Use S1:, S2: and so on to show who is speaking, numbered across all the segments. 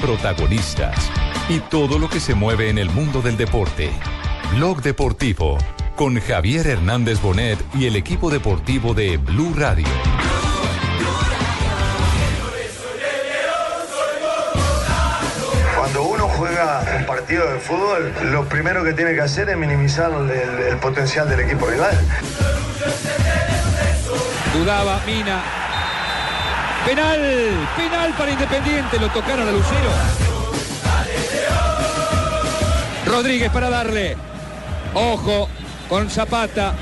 S1: protagonistas y todo lo que se mueve en el mundo del deporte. Blog Deportivo con Javier Hernández Bonet y el equipo deportivo de Blue Radio.
S2: Cuando uno juega un partido de fútbol, lo primero que tiene que hacer es minimizar el, el potencial del equipo rival.
S3: Dudaba, Mina. Penal, penal para Independiente, lo tocaron a Lucero. Rodríguez para darle. Ojo, con Zapata,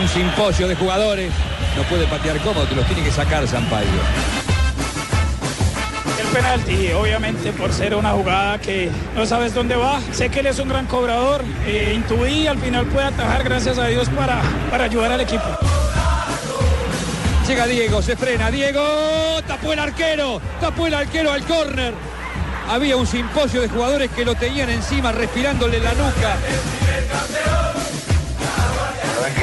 S3: un simposio de jugadores. No puede patear cómodo, te los tiene que sacar Sampaio.
S4: El penalti, obviamente, por ser una jugada que no sabes dónde va. Sé que él es un gran cobrador. eh, intuí, al final puede atajar, gracias a Dios, para, para ayudar al equipo.
S3: Llega Diego, se frena, Diego, tapó el arquero, tapó el arquero al córner. Había un simposio de jugadores que lo tenían encima respirándole la nuca.
S2: La verdad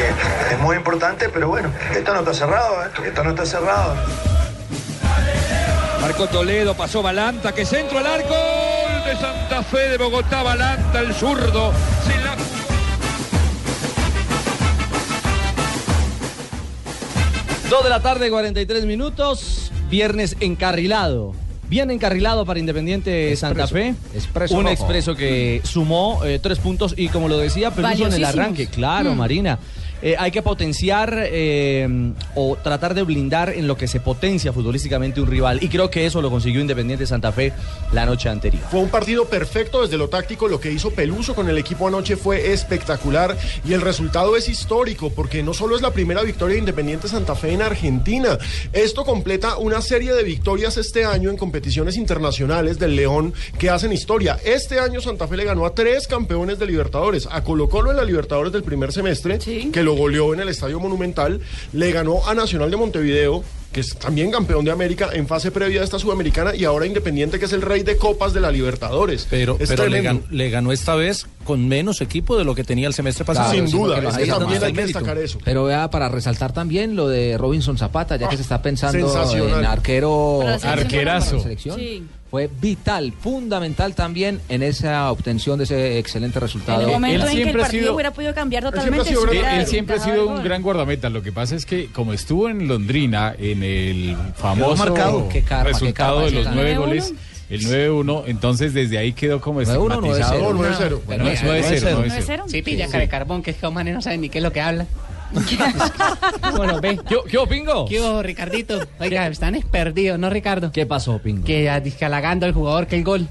S2: que es muy importante, pero bueno, esto no está cerrado, ¿eh? esto no está cerrado.
S3: Marcó Toledo, pasó Balanta, que centro al arco. Gol de Santa Fe de Bogotá, Balanta, el zurdo. Se la...
S5: Dos de la tarde, 43 minutos. Viernes encarrilado. Bien encarrilado para Independiente Santa Fe. Un expreso que sumó eh, tres puntos y como lo decía Peluso en el
S6: Valiosísimos. Mm.
S5: arranque, claro, Marina. eh, hay que potenciar eh, o tratar de blindar en lo que se potencia futbolísticamente un rival. Y creo que eso lo consiguió Independiente Santa Fe la noche anterior.
S7: Fue un partido perfecto desde lo táctico, lo que hizo Peluso con el equipo anoche fue espectacular y el resultado es histórico porque no solo es la primera victoria de Independiente Santa Fe en Argentina, esto completa una serie de victorias este año en competiciones internacionales del León que hacen historia. Este año Santa Fe le ganó a tres campeones de Libertadores, a Colo Colo en la Libertadores del primer semestre, que lo goleó en el Estadio Monumental, le ganó a Nacional de Montevideo que es también campeón de América en fase previa de esta Sudamericana y ahora Independiente, que es el rey de copas de la Libertadores.
S8: Pero,
S7: Es
S8: pero le,
S7: tremendo.
S8: gan- le ganó esta vez con menos equipo de lo que tenía el semestre pasado.
S7: Sin
S8: Sí,
S7: duda,
S8: porque
S7: es
S8: ahí
S7: que
S8: es donde
S7: también
S8: está
S7: hay
S8: el
S7: que
S8: mérito.
S7: destacar eso.
S9: Pero vea, para resaltar también lo de Robinson Zapata, ya que se está pensando
S7: sensacional.
S9: en arquero
S6: Para la selección.
S9: para
S6: Arquerazo.
S9: la selección,
S6: Sí.
S9: fue vital, fundamental también en esa obtención de ese excelente
S6: En
S9: resultado.
S6: el momento
S9: Él
S6: en que el
S9: siempre ha
S6: partido
S9: sido-
S6: hubiera podido cambiar
S7: siempre ha
S6: totalmente.
S7: sido
S6: se
S7: gran-
S6: hubiera
S7: Él
S9: Él siempre ha
S6: encajado
S9: sido
S6: el
S9: un
S6: gol.
S9: gran guardameta. Lo que pasa es que, como estuvo en Londrina, en el famoso
S5: marcado. Qué karma, qué
S9: resultado
S5: karma,
S9: de
S5: qué
S9: los
S5: karma.
S9: nueve
S6: 9-1.
S9: goles, el 9-1, entonces desde ahí quedó como
S5: 9-1 o 9-0.
S9: estigmatizado.
S7: No, 9-0.
S9: Bueno, es 9-0, 9-0.
S6: ¿No es cero?
S10: Sí, pilla cara de carbón, que es que los manes no saben ni qué es lo que habla. bueno, ve.
S5: ¿Qué, qué opingo?
S10: ¿Qué hubo, Ricardito? Oiga, están es perdidos, ¿no, Ricardo?
S9: ¿Qué pasó, Pingo?
S10: Que ah, dizque halagando al jugador que el gol.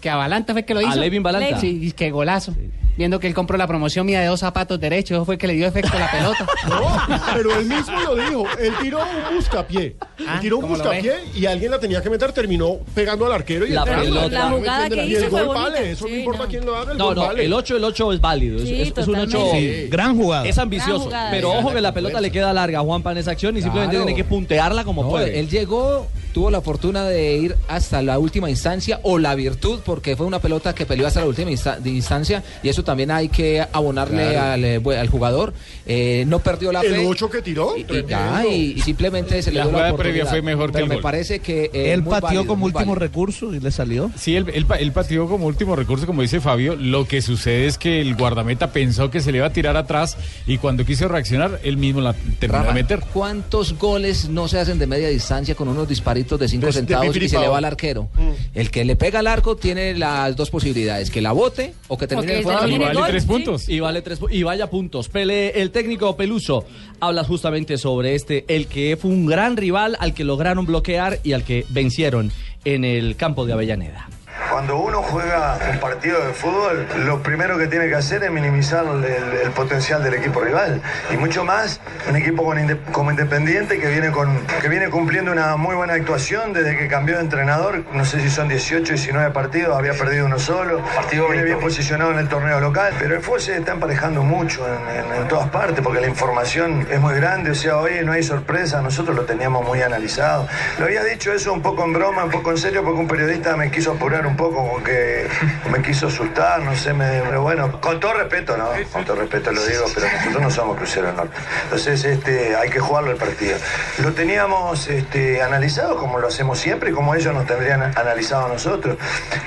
S10: Que a Balanta fue que lo hizo.
S5: A Levin Balanta.
S10: Sí, y que golazo. Viendo que él compró la promoción mía de dos zapatos derechos, eso fue que le dio efecto a la pelota.
S7: No, pero él mismo lo dijo. Él tiró un buscapié.
S10: Ah,
S7: Él tiró un
S10: ¿cómo lo
S7: buscapié y alguien la tenía que meter. Terminó pegando al arquero y
S5: La
S7: el gol.
S5: pelota.
S7: ¿Me
S5: La
S6: jugada
S7: entienden?
S6: que
S7: Y el
S6: hizo fue
S7: gol
S6: bonita.
S7: vale. Eso
S6: Sí,
S7: no importa
S6: no.
S7: quién lo haga. El
S5: No,
S7: gol
S5: no,
S7: vale.
S5: el 8 el 8 es válido. es-
S6: Sí,
S5: es, es un 8
S6: totalmente.
S8: Gran jugada.
S5: Es ambicioso,
S6: jugada.
S5: pero ojo que la pelota le queda larga a Juanpa en esa acción y simplemente
S9: Claro.
S5: tiene que puntearla como
S9: No,
S5: puede.
S9: él llegó, tuvo la fortuna de ir hasta la última instancia o la virtud, porque fue una pelota que peleó hasta la última insta- de instancia y eso también hay que abonarle al, eh, bu- al jugador. Eh, no perdió la fe.
S7: El 8 que tiró.
S9: y, y
S7: tremendo.
S9: ya, y- y simplemente se le
S5: La
S9: dio
S5: jugada
S9: la oportunidad.
S5: previa fue mejor que
S9: Pero
S5: el
S9: me
S5: gol.
S9: parece que eh, muy válido, muy válido.
S5: recurso y le salió.
S8: Sí, él, él pa- él pateó como último recurso, como dice Fabio. Lo que sucede es que el guardameta pensó que se le iba a tirar atrás y cuando quiso reaccionar, él mismo la terminó
S9: Rafa,
S8: de meter.
S9: ¿Cuántos goles no se hacen de media distancia con unos disparitos de 5
S7: De- Mm. de
S9: centavos y se le
S7: pipiripao.
S9: va al arquero? El que le pega al arco tiene las dos posibilidades, que la bote o que termine
S6: que
S9: en fuera de
S6: termine
S9: lugar.
S6: en
S8: Vale
S6: gol,
S8: tres
S6: sí.
S8: puntos.
S5: Y vale tres pu- y vaya puntos. Pele, el técnico Peluso habla justamente sobre este, el que fue un gran rival al que lograron bloquear y al que vencieron en el campo de Avellaneda.
S2: Cuando uno juega un partido de fútbol, lo primero que tiene que hacer es minimizar el, el potencial del equipo rival. Y mucho más un equipo con Inde- como Independiente que viene, con, que viene cumpliendo una muy buena actuación desde que cambió de entrenador. No sé si son 18, 19 partidos, había perdido uno solo. viene bien posicionado en el torneo local. Pero el fútbol se está emparejando mucho en, en- en todas partes porque la información es muy grande. O sea, hoy no hay sorpresa, nosotros lo teníamos muy analizado. Lo había dicho eso un poco en broma, un poco en serio, porque un periodista me quiso apurar un poco, como que me quiso asustar, no sé, me, pero bueno, con todo respeto, ¿no? Con todo respeto lo digo, pero nosotros no somos crucero del norte. Entonces, este, hay que jugarlo el partido. Lo teníamos este, analizado como lo hacemos siempre y como ellos nos tendrían analizado a nosotros.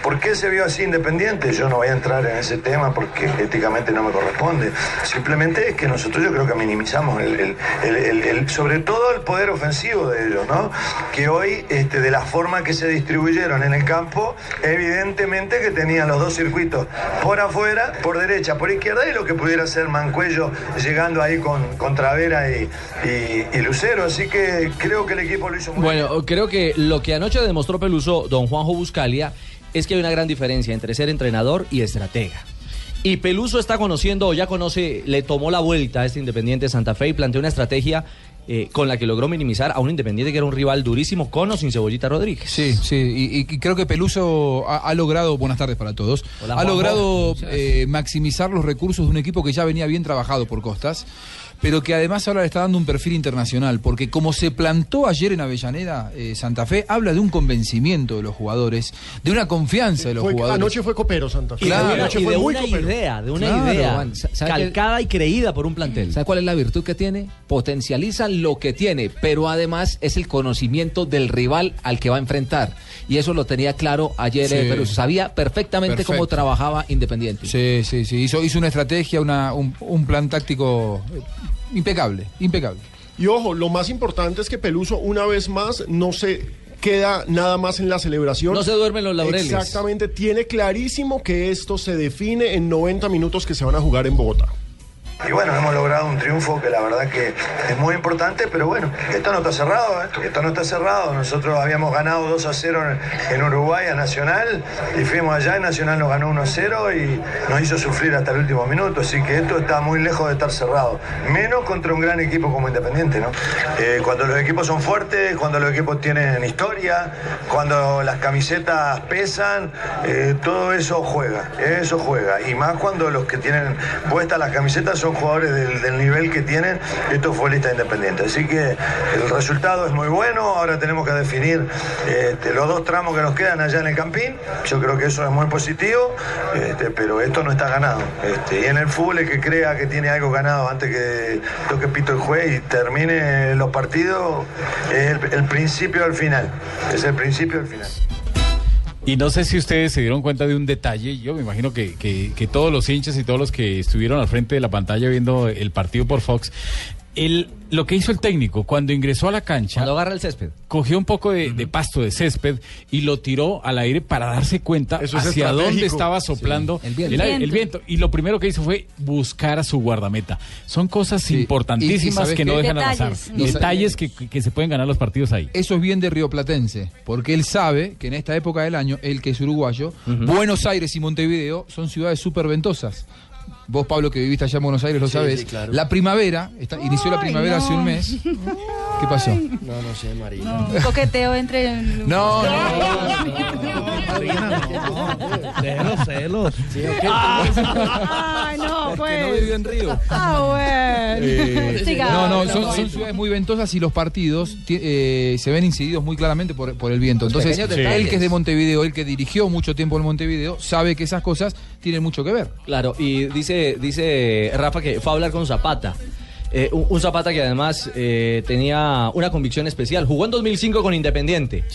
S2: ¿Por qué se vio así independiente? Yo no voy a entrar en ese tema porque éticamente no me corresponde. Simplemente es que nosotros yo creo que minimizamos el, el- el- el- el- sobre todo el poder ofensivo de ellos, ¿no? Que hoy, este, de la forma que se distribuyeron en el campo, evidentemente que tenían los dos circuitos por afuera, por derecha, por izquierda y lo que pudiera ser Mancuello llegando ahí con, con Travera y, y- y Lucero. Así que creo que el equipo lo hizo muy
S9: Bueno, creo que lo que anoche demostró Peluso don Juanjo Buscalia es que hay una gran diferencia entre ser entrenador y estratega. Y Peluso está conociendo o ya conoce, le tomó la vuelta a este Independiente Santa Fe y planteó una estrategia eh, con la que logró minimizar a un Independiente que era un rival durísimo con o sin Cebollita Rodríguez.
S11: Sí, sí, y, y- y creo que Peluso ha, ha logrado, buenas tardes para todos,
S9: Hola,
S11: ha
S9: Juanjo.
S11: logrado eh, maximizar los recursos de un equipo que ya venía bien trabajado por Costas, pero que además ahora le está dando un perfil internacional, porque como se plantó ayer en Avellaneda, eh, Santa Fe habla de un convencimiento de los jugadores, de una confianza de los
S7: Fue-
S11: jugadores.
S7: anoche fue copero Santa Fe.
S11: Claro.
S7: Anoche
S11: Y
S7: fue
S11: de
S7: muy
S11: una
S7: copero.
S9: idea, de una
S11: Claro,
S9: idea
S11: Juan. Sa-
S9: ¿sabe calcada y creída por un plantel. ¿Sabe cuál es la virtud que tiene? Potencializa lo que tiene, pero además es el conocimiento del rival al que va a enfrentar. Y eso lo tenía claro ayer,
S11: Sí.
S9: eh, Peluso. Sabía perfectamente cómo
S11: Perfecto.
S9: trabajaba Independiente.
S11: Sí, sí, sí, hizo, hizo una estrategia, una- un, un plan táctico eh, impecable, impecable.
S7: Y ojo, lo más importante es que Peluso una vez más no se queda nada más en la celebración.
S9: No se duermen los laureles.
S7: Exactamente, tiene clarísimo que esto se define en 90 minutos que se van a jugar en Bogotá.
S2: Y bueno, hemos logrado un triunfo que la verdad que es muy importante, pero bueno, esto no está cerrado, ¿eh? esto no está cerrado. Nosotros habíamos ganado 2 a 0 en, en Uruguay a Nacional y fuimos allá y Nacional nos ganó 1 a 0 y nos hizo sufrir hasta el último minuto. Así que esto está muy lejos de estar cerrado, menos contra un gran equipo como Independiente, ¿no? Eh, cuando los equipos son fuertes, cuando los equipos tienen historia, cuando las camisetas pesan, eh, todo eso juega, eso juega. Y más cuando los que tienen puestas las camisetas son jugadores del, del nivel que tienen estos futbolistas independientes. Así que el resultado es muy bueno, ahora tenemos que definir este, los dos tramos que nos quedan allá en el Campín, yo creo que eso es muy positivo, este, pero esto no está ganado. Este, y en el fútbol el que crea que tiene algo ganado antes que toque pito el juez y termine los partidos, es el, el principio al final, es el principio al final.
S8: Y no sé si ustedes se dieron cuenta de un detalle. Yo me imagino que, que- que todos los hinchas y todos los que estuvieron al frente de la pantalla viendo el partido por Fox, el, lo que hizo el técnico cuando ingresó a la cancha. Cuando
S9: agarra el césped.
S8: Cogió un poco de, de pasto de césped y lo tiró al aire para darse cuenta
S7: Eso es
S8: hacia dónde
S7: estratégico.
S8: estaba soplando
S7: Sí, el viento.
S8: el aire- el
S7: Viento.
S8: viento. Y lo primero que hizo fue buscar a su guardameta. Son cosas importantísimas
S11: ¿sabes
S8: que no
S11: qué?
S8: dejan al
S11: Detalles,
S8: azar.
S11: ¿no?
S8: Detalles que, que se pueden ganar los partidos ahí.
S11: Eso es bien de rioplatense, porque él sabe que en esta época del año, él que es uruguayo, Buenos Aires y Montevideo son ciudades súper ventosas. Vos, Pablo, que viviste allá en Buenos Aires, lo
S12: Sí,
S11: sabes.
S12: sí, claro.
S11: La primavera, está- inició la primavera hace un mes. ¿Qué pasó?
S12: No, no sé, Marina.
S13: No, un coqueteo entre.
S11: No,
S12: Celos, celos.
S13: Ay, no,
S11: que no
S13: pues.
S11: vivió en Río.
S13: Ah, bueno.
S11: Eh,
S13: Siga,
S11: no, no,
S13: Pablo.
S11: son, son ciudades muy ventosas y los partidos ti- eh, se ven incididos muy claramente por, por el viento.
S9: Los
S11: Entonces,
S9: pequeños
S11: él
S9: detalles.
S11: que es de Montevideo, él que dirigió mucho tiempo en Montevideo, sabe que esas cosas tienen mucho que ver.
S9: Claro, y dice, dice Rafa que fue a hablar con Zapata. Eh, un, un Zapata que además eh, tenía una convicción especial. Jugó en 2005 con Independiente.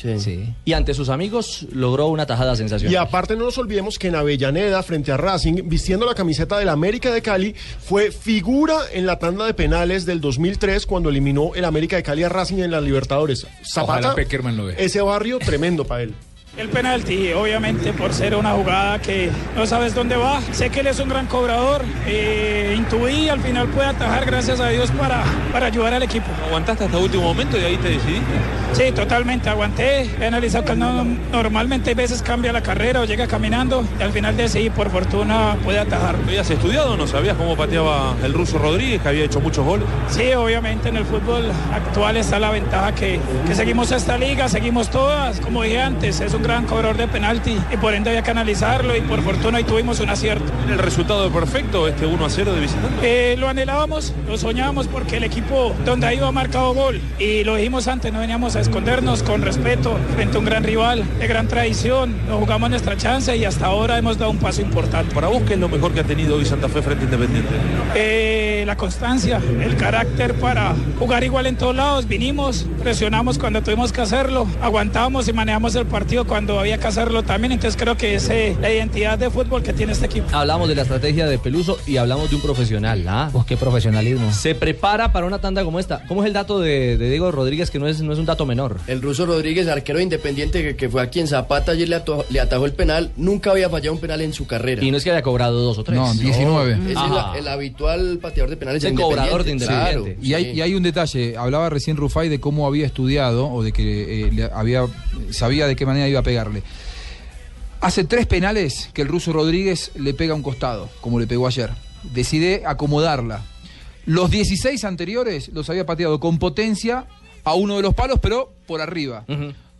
S9: Y ante sus amigos logró una tajada sensacional.
S7: Y aparte no nos olvidemos que en Avellaneda, frente a Racing, vistiendo la camiseta del América de Cali, fue figura en la tanda de penales del 2003 cuando eliminó el América de Cali a Racing en la Libertadores. Zapata,
S11: Ojalá Peckerman lo vea.
S7: ese barrio tremendo para él.
S4: El penalti, obviamente, por ser una jugada que no sabes dónde va. Sé que él es un gran cobrador. eh, intuí, al final puede atajar, gracias a Dios, para, para ayudar al equipo.
S14: ¿Aguantaste hasta último momento y ahí te decidiste?
S4: Sí, totalmente, aguanté. He analizado que él no- normalmente hay veces cambia la carrera o llega caminando. Y al final decidí, por fortuna, puede atajar.
S14: ¿Lo habías estudiado o no sabías cómo pateaba el ruso Rodríguez, que había hecho muchos goles?
S4: Sí, obviamente en el fútbol actual está la ventaja que, que seguimos esta liga, seguimos todas. Como dije antes, es un gran cobrador de penalti y por ende había que analizarlo y por fortuna hoy tuvimos un acierto.
S14: ¿El resultado perfecto, este 1 a 0 de visitante?
S4: Eh, lo anhelábamos, lo soñábamos porque el equipo donde ha ido ha marcado gol y lo dijimos antes, no veníamos a escondernos con respeto frente a un gran rival de gran tradición, nos jugamos nuestra chance y hasta ahora hemos dado un paso importante.
S14: Para vos, ¿qué es lo mejor que ha tenido hoy Santa Fe frente a Independiente?
S4: Eh, la constancia, el carácter para jugar igual en todos lados. Vinimos, presionamos cuando tuvimos que hacerlo, aguantamos y manejamos el partido cuando había que hacerlo también. Entonces creo que esa es la identidad de fútbol que tiene este equipo.
S5: Hablamos de la estrategia de Peluso y hablamos de un profesional. ¿ah? qué profesionalismo. Se prepara para una tanda como esta. ¿Cómo es el dato de, de Diego Rodríguez que no es, no es un dato menor?
S15: El ruso Rodríguez, arquero de independiente que, que fue a quien Zapata ayer le, ato- le atajó el penal, nunca había fallado un penal en su carrera.
S5: Y no es que haya cobrado dos o tres.
S11: No, 19.
S15: Ese es la- el habitual pateador de penales en Claro,
S11: Sí. Y, hay, y hay un detalle, hablaba recién Rufai de cómo había estudiado o de que eh, le había sabía de qué manera iba a pegarle. Hace tres penales que el ruso Rodríguez le pega a un costado, como le pegó ayer. Decide acomodarla. Los 16 anteriores los había pateado con potencia a uno de los palos, pero por arriba.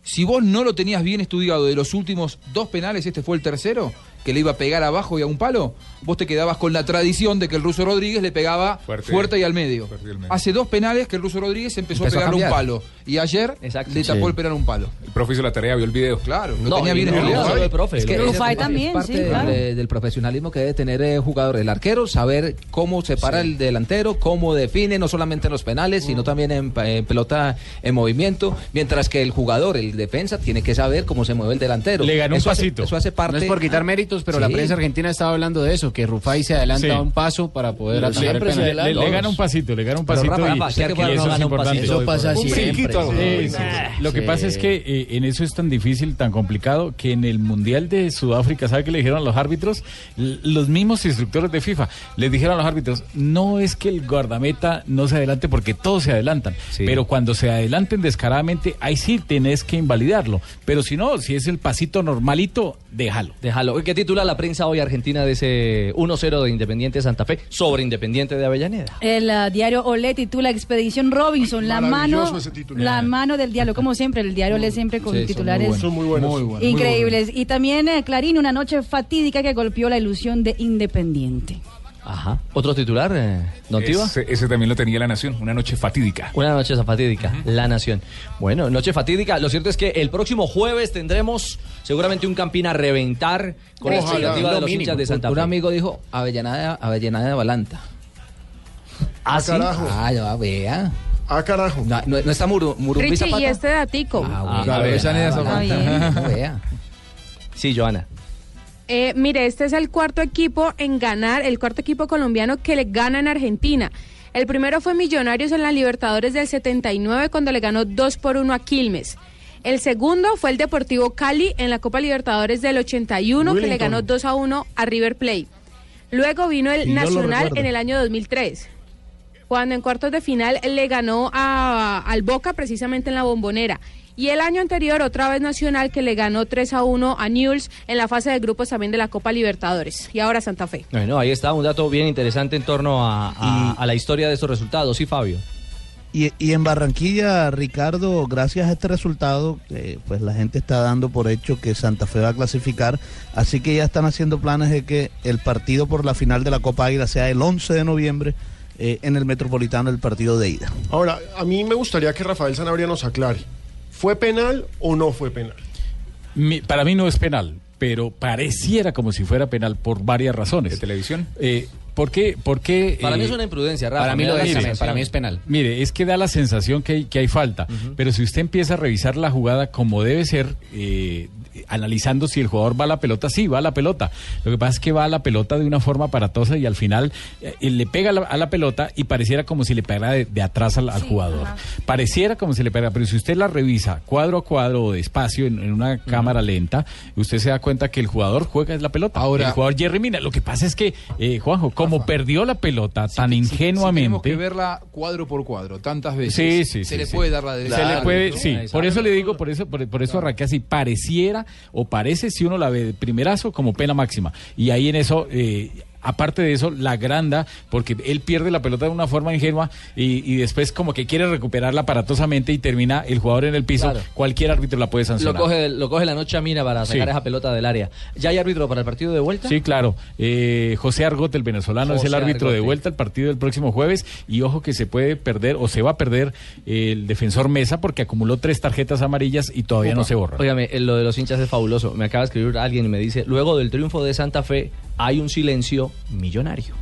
S11: Si vos no lo tenías bien estudiado de los últimos dos penales, este fue el tercero, que le iba a pegar abajo y a un palo, vos te quedabas con la tradición de que el ruso Rodríguez le pegaba fuerte,
S16: Fuerte.
S11: y al medio.
S16: Fuerte y al medio.
S11: Hace dos penales que el ruso Rodríguez
S16: Empezó
S11: empezó,
S16: a
S11: a pegarle un
S16: cambiar.
S11: palo. Y ayer le tapó
S16: Sí.
S11: el penal a un palo.
S16: El profe hizo la tarea, vio el video.
S11: Claro,
S16: lo
S11: No, tenía bien
S9: no solo el profe,
S16: Es que
S9: lo-
S6: Rufai
S9: es
S6: también,
S9: parte
S6: sí,
S9: del-
S6: claro.
S9: de- del profesionalismo que debe tener eh, jugador, el arquero, saber cómo se para el delantero, cómo define, no solamente en los penales, sino también en, pa- en pelota en movimiento, mientras que el jugador, el defensa, tiene que saber cómo se mueve el delantero.
S10: Le ganó un
S9: Eso hace-
S10: pasito.
S9: eso hace parte.
S10: No es por quitar méritos, pero la
S9: Sí.
S10: prensa argentina estaba hablando de eso, que Rufai se adelanta
S8: Sí.
S10: a un paso para poder atajar el
S8: le,
S10: penal.
S8: le- le gana un pasito, le gana un pasito.
S10: Rafa,
S8: y-
S10: Rafa, ¿qué
S8: y
S10: arquero no
S8: eso es
S10: gana un
S8: importante.
S10: pasito? Eso pasa
S8: Un
S10: siempre,
S8: brinquito, algo.
S10: sí.
S8: Sí, sí, sí.
S10: Sí.
S8: Lo que pasa es que eh, en eso es tan difícil, tan complicado, que en el Mundial de Sudáfrica, ¿sabe qué le dijeron a los árbitros? L- Los mismos instructores de FIFA les dijeron a los árbitros, no es que el guardameta no se adelante porque todos se adelantan, pero cuando se adelanten descaradamente, ahí sí tenés que invalidarlo. Pero si no, si es el pasito normalito, déjalo.
S5: Déjalo. ¿Qué titula la prensa hoy argentina de ese 1-0 de Independiente Santa Fe sobre Independiente de Avellaneda?
S6: El ah, diario Olé titula Expedición Robinson, la mano,
S5: Maravilloso ese título.
S6: la mano del diablo, como siempre, el diario Olé siempre con titulares increíbles. Y también eh, Clarín, una noche fatídica que golpeó la ilusión de Independiente.
S5: Ajá. ¿Otro titular, eh, don Tiba?
S16: Ese, ese también lo tenía La Nación, una noche fatídica.
S5: Una noche fatídica, La Nación. Bueno, noche fatídica. Lo cierto es que el próximo jueves tendremos seguramente un campín a reventar con la
S9: Ojalá,
S5: expectativa
S9: Pues lo
S5: de los
S9: mínimo.
S5: hinchas de Santa
S9: Un
S5: Fe.
S9: amigo dijo Avellaneda, Avellaneda de Balanta.
S5: Ah, ¿sí?
S9: carajo. Ah, ya vea. Ah, carajo. No, no- no está muru, Murumbí
S17: Richie,
S9: Zapata.
S17: y este datico.
S9: Ah,
S5: Claro,
S9: vea,
S5: Avellaneda
S9: vea,
S5: Zapata.
S9: no vea.
S5: Sí, Joana.
S17: Eh, mire, este es el cuarto equipo en ganar, el cuarto equipo colombiano que le gana en Argentina. El primero fue Millonarios en las Libertadores del 79 cuando le ganó 2 por 1 a Quilmes. El segundo fue el Deportivo Cali en la Copa Libertadores del 81 que le
S18: Wellington.
S17: ganó 2 a 1 a River Plate. Luego vino el
S18: Sí, yo lo
S17: Nacional
S18: recuerdo.
S17: en el año 2003 cuando en cuartos de final le ganó a- al Boca precisamente en la bombonera. Y el año anterior otra vez Nacional que le ganó 3 a 1 a Newell's en la fase de grupos también de la Copa Libertadores. Y ahora Santa Fe.
S5: Bueno, ahí está un dato bien interesante en torno a, a- a la historia de estos resultados. Sí, Fabio.
S19: Y, y en Barranquilla, Ricardo, gracias a este resultado, eh, pues la gente está dando por hecho que Santa Fe va a clasificar, así que ya están haciendo planes de que el partido por la final de la Copa Águila sea el 11 de noviembre eh, en el Metropolitano, el partido de ida.
S7: Ahora, a mí me gustaría que Rafael Sanabria nos aclare. ¿Fue penal o no fue penal?
S8: Mi- para mí no es penal, pero pareciera como si fuera penal por varias razones. ¿De televisión? ¿Por qué? por qué,
S5: Para mí
S8: eh,
S5: es una imprudencia, Rafa.
S8: Para mí
S5: Me da
S8: lo
S5: la
S8: es,
S5: sensación.
S8: para mí es penal. Mire, es que da la sensación que hay, que hay falta, pero si usted empieza a revisar la jugada como debe ser, eh, eh, analizando si el jugador va a la pelota. Sí, va a la pelota. Lo que pasa es que va a la pelota de una forma aparatosa y al final eh, él le pega a la, a la pelota y pareciera como si le pegara de, de atrás al, al jugador. Pareciera como si le pegara, pero si usted la revisa cuadro a cuadro o despacio en, en una cámara lenta, usted se da cuenta que el jugador juega es la pelota. Ahora, el jugador Jerry Mina. Lo que pasa es que, eh, Juanjo, como perdió la pelota tan
S11: Tenemos
S8: ingenuamente.
S11: que verla cuadro por cuadro, tantas veces.
S8: Sí, sí,
S11: Se
S8: sí,
S11: le
S8: sí.
S11: puede dar la derecha.
S8: Se le puede, sí. Por eso
S11: le
S8: le digo, por eso, por, por eso arranqué así. Pareciera o parece si uno la ve de primerazo como pena máxima. Y ahí en eso. eh, Aparte de eso, la granda, porque él pierde la pelota de una forma ingenua y, y después como que quiere recuperarla aparatosamente y termina el jugador en el piso.
S5: Claro.
S8: Cualquier árbitro la puede sancionar.
S5: Lo coge, lo coge la noche a Mina para sacar
S8: Sí.
S5: esa pelota del área. ¿Ya hay árbitro para el partido de vuelta?
S8: Sí, claro. Eh, José Argot, el venezolano, es el
S5: José
S8: árbitro de
S5: Argote.
S8: vuelta al partido del próximo jueves. Y ojo que se puede perder o se va a perder el defensor Mesa porque acumuló tres tarjetas amarillas y todavía no
S5: Upa.
S8: se borra.
S5: Óigame, eh, lo de los hinchas es fabuloso. Me acaba de escribir alguien y me dice, luego del triunfo de Santa Fe hay un silencio millonario.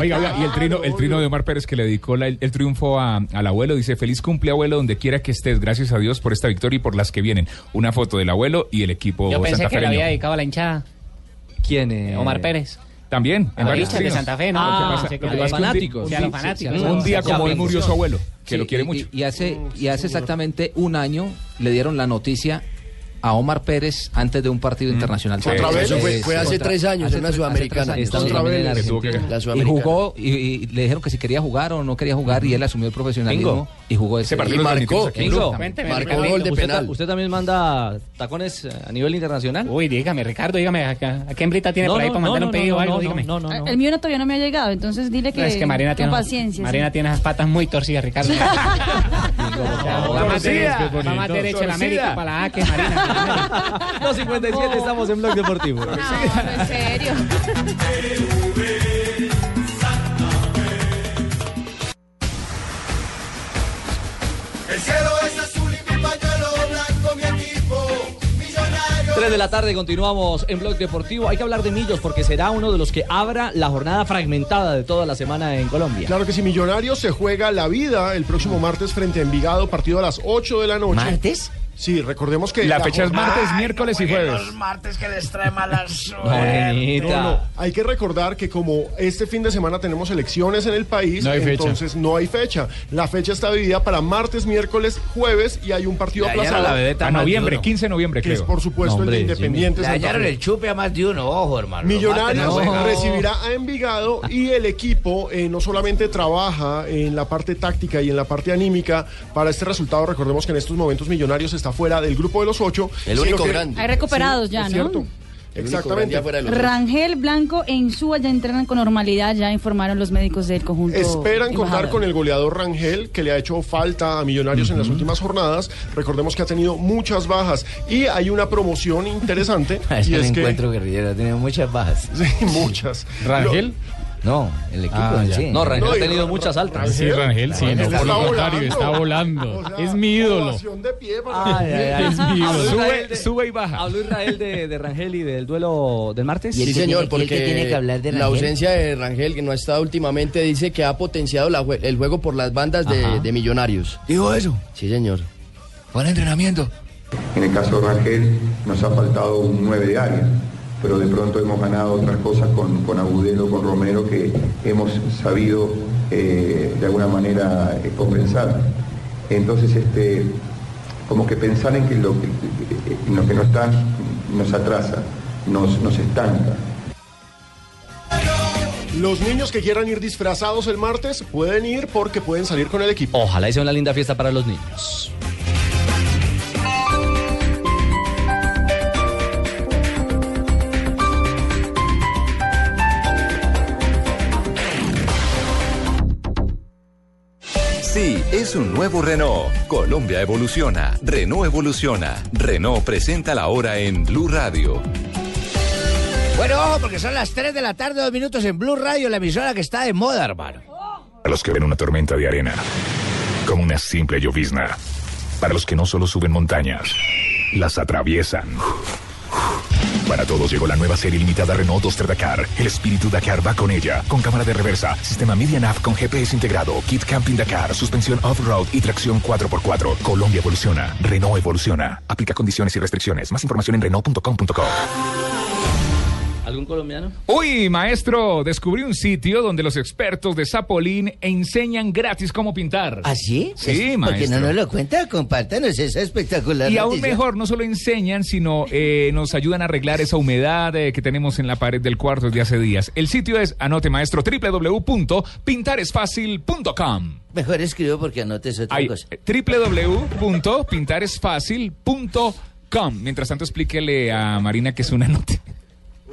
S16: Oiga, oiga, y el trino, el trino de Omar Pérez que le dedicó la- el, el triunfo a- al abuelo, dice, feliz cumple abuelo donde quiera que estés, gracias a Dios por esta victoria y por las que vienen. Una foto del abuelo y el equipo
S10: Yo pensé que le había
S16: santafereño.
S10: dedicado a la hinchada. Eh,
S5: ¿Quién
S10: Omar Pérez.
S16: También, en
S10: Ah,
S16: varios
S10: hinchas de
S16: trinos.
S10: Santa Fe, ¿no?
S16: Lo que
S10: Ah,
S16: pasa-
S10: sí,
S16: lo que
S10: claro.
S16: pasa es que un di-
S10: Fanáticos. Sí,
S16: un di-
S10: a los fanáticos.
S16: Un día
S10: Sí, a
S16: como
S10: los
S16: hoy murió su
S10: fanáticos.
S16: abuelo, que
S10: Sí,
S16: lo quiere
S9: y-
S16: mucho.
S9: Y, hace, y hace exactamente un año le dieron la noticia a Omar Pérez antes de un partido internacional.
S15: Otra
S9: También.
S15: vez, eso fue-
S9: Sí,
S15: fue
S9: sí.
S15: hace
S9: Otra-
S15: tres años,
S9: hace
S15: en una
S9: tres- hace
S15: Sudamericana.
S9: tres años,
S15: Otra
S9: también
S15: vez
S9: en
S15: la que tuvo que
S9: Argentina.
S15: ganar. La
S9: Y
S15: Sudamericana.
S9: jugó, y, y le dijeron que si quería jugar o no quería jugar, y él asumió el profesionalismo
S5: Bingo.
S9: y jugó
S5: Ese
S9: ese
S5: partido
S9: y
S5: lo
S9: marcó.
S5: transmitimos aquí en Blue.
S9: Bingo.
S5: Cuénteme,
S9: Marcó
S5: Ricardo.
S9: gol de
S5: ¿Usted ta-
S9: penal.
S5: ¿Usted también manda tacones eh, a nivel internacional?
S10: Uy, dígame, Ricardo, dígame, ¿a, qué- a qué hembrita tiene
S5: No,
S10: por ahí
S5: no,
S10: para
S5: no,
S10: mandar
S5: no,
S10: un pedido
S5: no,
S10: o algo?
S5: no,
S10: dígame.
S5: no, no, no.
S6: El mío no, todavía no me ha llegado, entonces dile que,
S10: es que Marina
S6: con
S10: tiene,
S6: paciencia.
S10: Marina tiene esas patas muy torcidas, Ricardo. va más derecha,
S5: Torcida.
S10: va más derecha la América
S5: Torcida.
S10: para la A que Marina.
S5: 2.57, estamos en Blog Deportivo.
S17: en serio.
S20: El cielo es azul y mi pañuelo blanco, mi equipo, millonario.
S5: 3 de la tarde continuamos en Blog Deportivo. Hay que hablar de Millos porque será uno de los que abra la jornada fragmentada de toda la semana en Colombia.
S7: Claro que si Millonarios se juega la vida el próximo martes frente a Envigado, partido a las 8 de la noche. ¿Martes? Sí, recordemos que...
S16: La fecha es martes,
S7: Ay,
S16: miércoles y
S7: no jueguen
S16: jueves.
S7: los martes que les trae mala suerte.
S16: Bonita.
S7: No, no, hay que recordar que como este fin de semana tenemos elecciones en el país,
S16: No hay fecha.
S7: entonces no hay fecha. La fecha está dividida para martes, miércoles, jueves y hay un partido aplazado.
S16: a noviembre, 15 de noviembre,
S7: Que
S16: creo.
S7: es, por supuesto, el de Independiente
S21: Le
S7: Santa
S21: hallaron
S7: Fe.
S21: el chupe a más de uno, ojo, hermano.
S7: Millonarios
S21: Los mates no juegan.
S7: recibirá a Envigado y el equipo eh, no solamente trabaja en la parte táctica y en la parte anímica para este resultado. Recordemos que en estos momentos Millonarios está fuera del grupo de los ocho.
S15: El
S7: sino
S15: único
S7: que-
S15: grande.
S6: Hay recuperados ya,
S7: es
S6: ¿no?
S7: cierto.
S15: El único grande
S7: Exactamente.
S15: ya fuera de los ocho.
S6: Rangel, Blanco e Insúa ya entrenan con normalidad, ya informaron los médicos del conjunto.
S7: Esperan contar
S6: embajador.
S7: con el goleador Rangel, que le ha hecho falta a Millonarios en las últimas jornadas. Recordemos que ha tenido muchas bajas y hay una promoción interesante.
S21: Es
S7: y
S21: que el
S7: es que
S21: encuentro guerrillero ha tenido muchas bajas.
S7: Sí, muchas.
S21: ¿Rangel? No, el equipo en sí.
S5: Ah, No, Rangel
S21: No,
S5: ha
S21: y
S5: tenido
S21: Ra-
S5: muchas altas.
S21: Rangel- Sí, Rangel, sí, no, por lo
S8: Está contrario, está volando. es mi ídolo.
S5: Ay, ay, ay.
S8: Es mi ídolo.
S5: Habló
S8: Sube,
S5: Israel de-
S8: sube y baja.
S5: Habló Israel de, de Rangel y del duelo del martes.
S15: Sí, señor, porque la ausencia de Rangel, que no ha estado últimamente, dice que ha potenciado la jue- el juego por las bandas de, de millonarios.
S21: ¿Dijo eso?
S15: Sí, señor.
S21: Buen entrenamiento.
S22: En el caso de Rangel nos ha faltado un 9 de área, pero de pronto hemos ganado otras cosas con, con Agudelo, con Romero, que hemos sabido eh, de alguna manera eh, compensar. Entonces, este, como que pensar en que lo que, eh, en lo que no está nos atrasa, nos, nos estanca.
S7: Los niños que quieran ir disfrazados el martes pueden ir porque pueden salir con el equipo.
S5: Ojalá hice una linda fiesta para los niños.
S1: Sí, es un nuevo Renault. Colombia evoluciona. Renault evoluciona. Renault presenta la hora en Blue Radio.
S21: Bueno, ojo, porque son las 3 de la tarde, dos minutos en Blue Radio, la emisora que está de moda, hermano.
S23: A los que ven una tormenta de arena como una simple llovizna. Para los que no solo suben montañas, las atraviesan. Para todos llegó la nueva serie limitada Renault Duster Dakar. El espíritu Dakar va con ella, con cámara de reversa, sistema Media Nav con GPS integrado, kit camping Dakar, suspensión off-road y tracción 4x4. Colombia evoluciona, Renault evoluciona. Aplica condiciones y restricciones. Más información en renault.com.co.
S5: ¿Algún colombiano?
S16: Uy, maestro, descubrí un sitio donde los expertos de Sapolín enseñan gratis cómo pintar.
S2: ¿Ah, sí?
S16: Sí,
S2: Porque
S16: maestro.
S2: no nos lo cuenta, compártanos esa espectacular
S16: Y aún
S2: noticia.
S16: mejor, no solo enseñan, sino eh, nos ayudan a arreglar esa humedad eh, que tenemos en la pared del cuarto desde hace días. El sitio es, anote maestro, www.pintaresfacil.com.
S2: Mejor escribo porque anotes otra
S16: Ay,
S2: cosa.
S16: eh, www.pintaresfacil.com. Mientras tanto, explíquele a Marina que es una nota.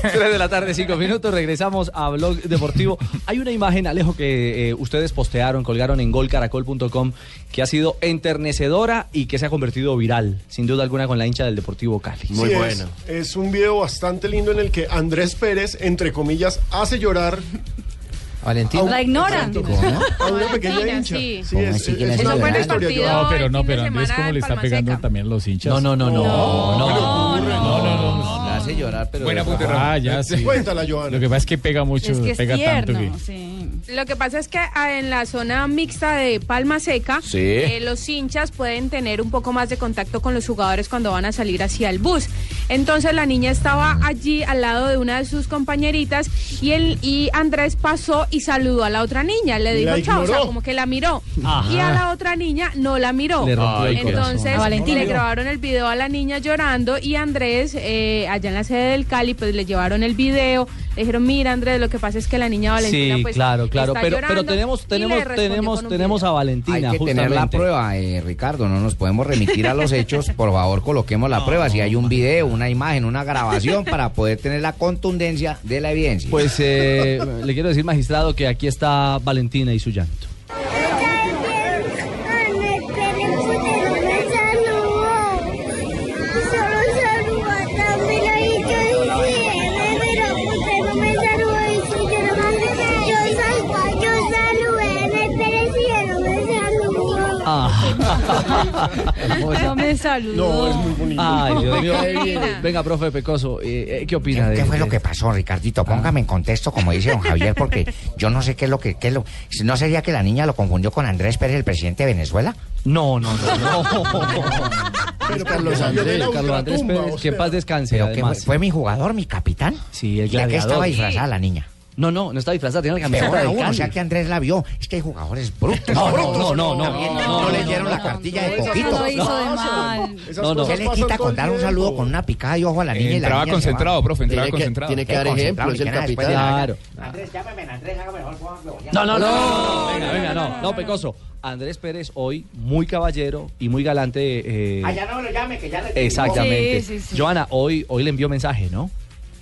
S5: Tres de la tarde, cinco minutos, regresamos a Blog Deportivo. Hay una imagen, Alejo, que eh, ustedes postearon, colgaron en golcaracol.com, que ha sido enternecedora y que se ha convertido viral, sin duda alguna, con la hincha del Deportivo Cali.
S7: Sí, es- Es, un video bastante lindo en el que Andrés Pérez, entre comillas, hace llorar.
S2: Valentina.
S6: La ignoran.
S7: A una pequeña
S6: Valentina,
S7: hincha.
S6: sí.
S7: Sí, es, es una
S8: No,
S7: buena historia llorar.
S8: pero no, pero Andrés, ¿cómo le está pegando también a los hinchas? No, no, no, no. No, no, no.
S2: La hace llorar, pero.
S8: Buena Ah,
S21: Pues
S8: ya sí.
S7: Cuéntala, Joana.
S8: Lo que pasa es que pega mucho,
S17: Es que es
S8: pega tanto que.
S17: tierno, Lo que pasa es que ah, en la zona mixta de Palma Seca,
S8: Sí.
S17: eh, los hinchas pueden tener un poco más de contacto con los jugadores cuando van a salir hacia el bus. Entonces la niña estaba allí al lado de una de sus compañeritas y él y Andrés pasó y saludó a la otra niña, le dijo
S24: La
S17: chao, o sea,
S24: ignoró.
S17: como que la miró.
S24: Ajá.
S17: Y a la otra niña no la miró.
S24: Le rompió el corazón.
S17: Oh. Entonces
S24: A Valentina.
S17: le grabaron el video a la niña llorando y Andrés eh, allá en la sede del Cali pues le llevaron el video, le dijeron, "Mira, Andrés, lo que pasa es que la niña Valentina,
S5: sí,
S17: pues,
S5: claro, claro.
S17: está
S5: Pero, pero
S17: llorando,
S5: tenemos,
S17: y le
S5: tenemos,
S17: respondió
S5: tenemos,
S17: con un
S5: tenemos a Valentina,
S21: Hay que tener la
S5: justamente.
S21: prueba, eh, Ricardo. No nos podemos remitir a los hechos. Por favor, coloquemos la prueba. Si hay un video, una imagen, una grabación para poder tener la contundencia de la evidencia.
S5: Pues eh, le quiero decir, magistrado, que aquí está Valentina y su llanto. Ah.
S6: No me saludó.
S5: Ay, Dios mío.
S6: Divina.
S5: Venga, profe Pecoso, eh, eh, ¿qué opina de Ah.
S21: ¿Qué fue lo que pasó, Ricardito? Póngame en contexto, como dice don Javier, porque yo no sé qué es lo que... Qué es lo, ¿No sería que la niña lo confundió con Andrés Pérez, el presidente de Venezuela?
S5: No, no, no.
S7: Pero
S5: Carlos Andrés, Carlos Andrés
S21: ultratumba,
S5: Pérez, que paz descanse.
S21: Pero que
S5: además.
S21: fue, fue mi jugador, mi capitán.
S5: Sí, el
S21: ¿De qué
S5: gladiador.
S21: estaba disfrazada la niña?
S5: No, no, no está disfrazada, tiene la camiseta
S21: Peor
S5: del
S21: aún, o
S5: Cali.
S21: sea que Andrés la vio. Es que hay jugadores brutos.
S5: No, no,
S21: brutos.
S5: no, no, no.
S21: También
S5: No, no,
S21: leyeron
S5: no,
S21: la
S5: no,
S21: cartilla
S5: no,
S21: de
S5: eso
S21: Coquito.
S5: no lo hizo de
S21: No,
S5: mal.
S21: no,
S5: Esas cosas
S21: ¿Qué le
S5: pasan
S21: quita
S5: todo el
S21: contar un
S5: tiempo.
S21: saludo con una picada de ojo a la niña? y la
S16: Entraba
S21: niña se va?
S16: concentrado, profe, entraba
S21: Tiene que-
S16: concentrado.
S21: Tiene que
S16: Eh,
S21: dar
S16: concentrado,
S21: ejemplos,
S16: ni
S21: el
S16: que nada,
S21: capitán.
S16: después de-
S5: Claro. No, no, no. Venga, venga, no. No, Pecoso. Andrés Pérez hoy muy caballero y muy galante. eh,
S21: Allá no me lo llame, que ya le
S5: Exactamente.
S17: Sí, sí, sí.
S5: Joana, hoy, hoy le envió mensaje, ¿no?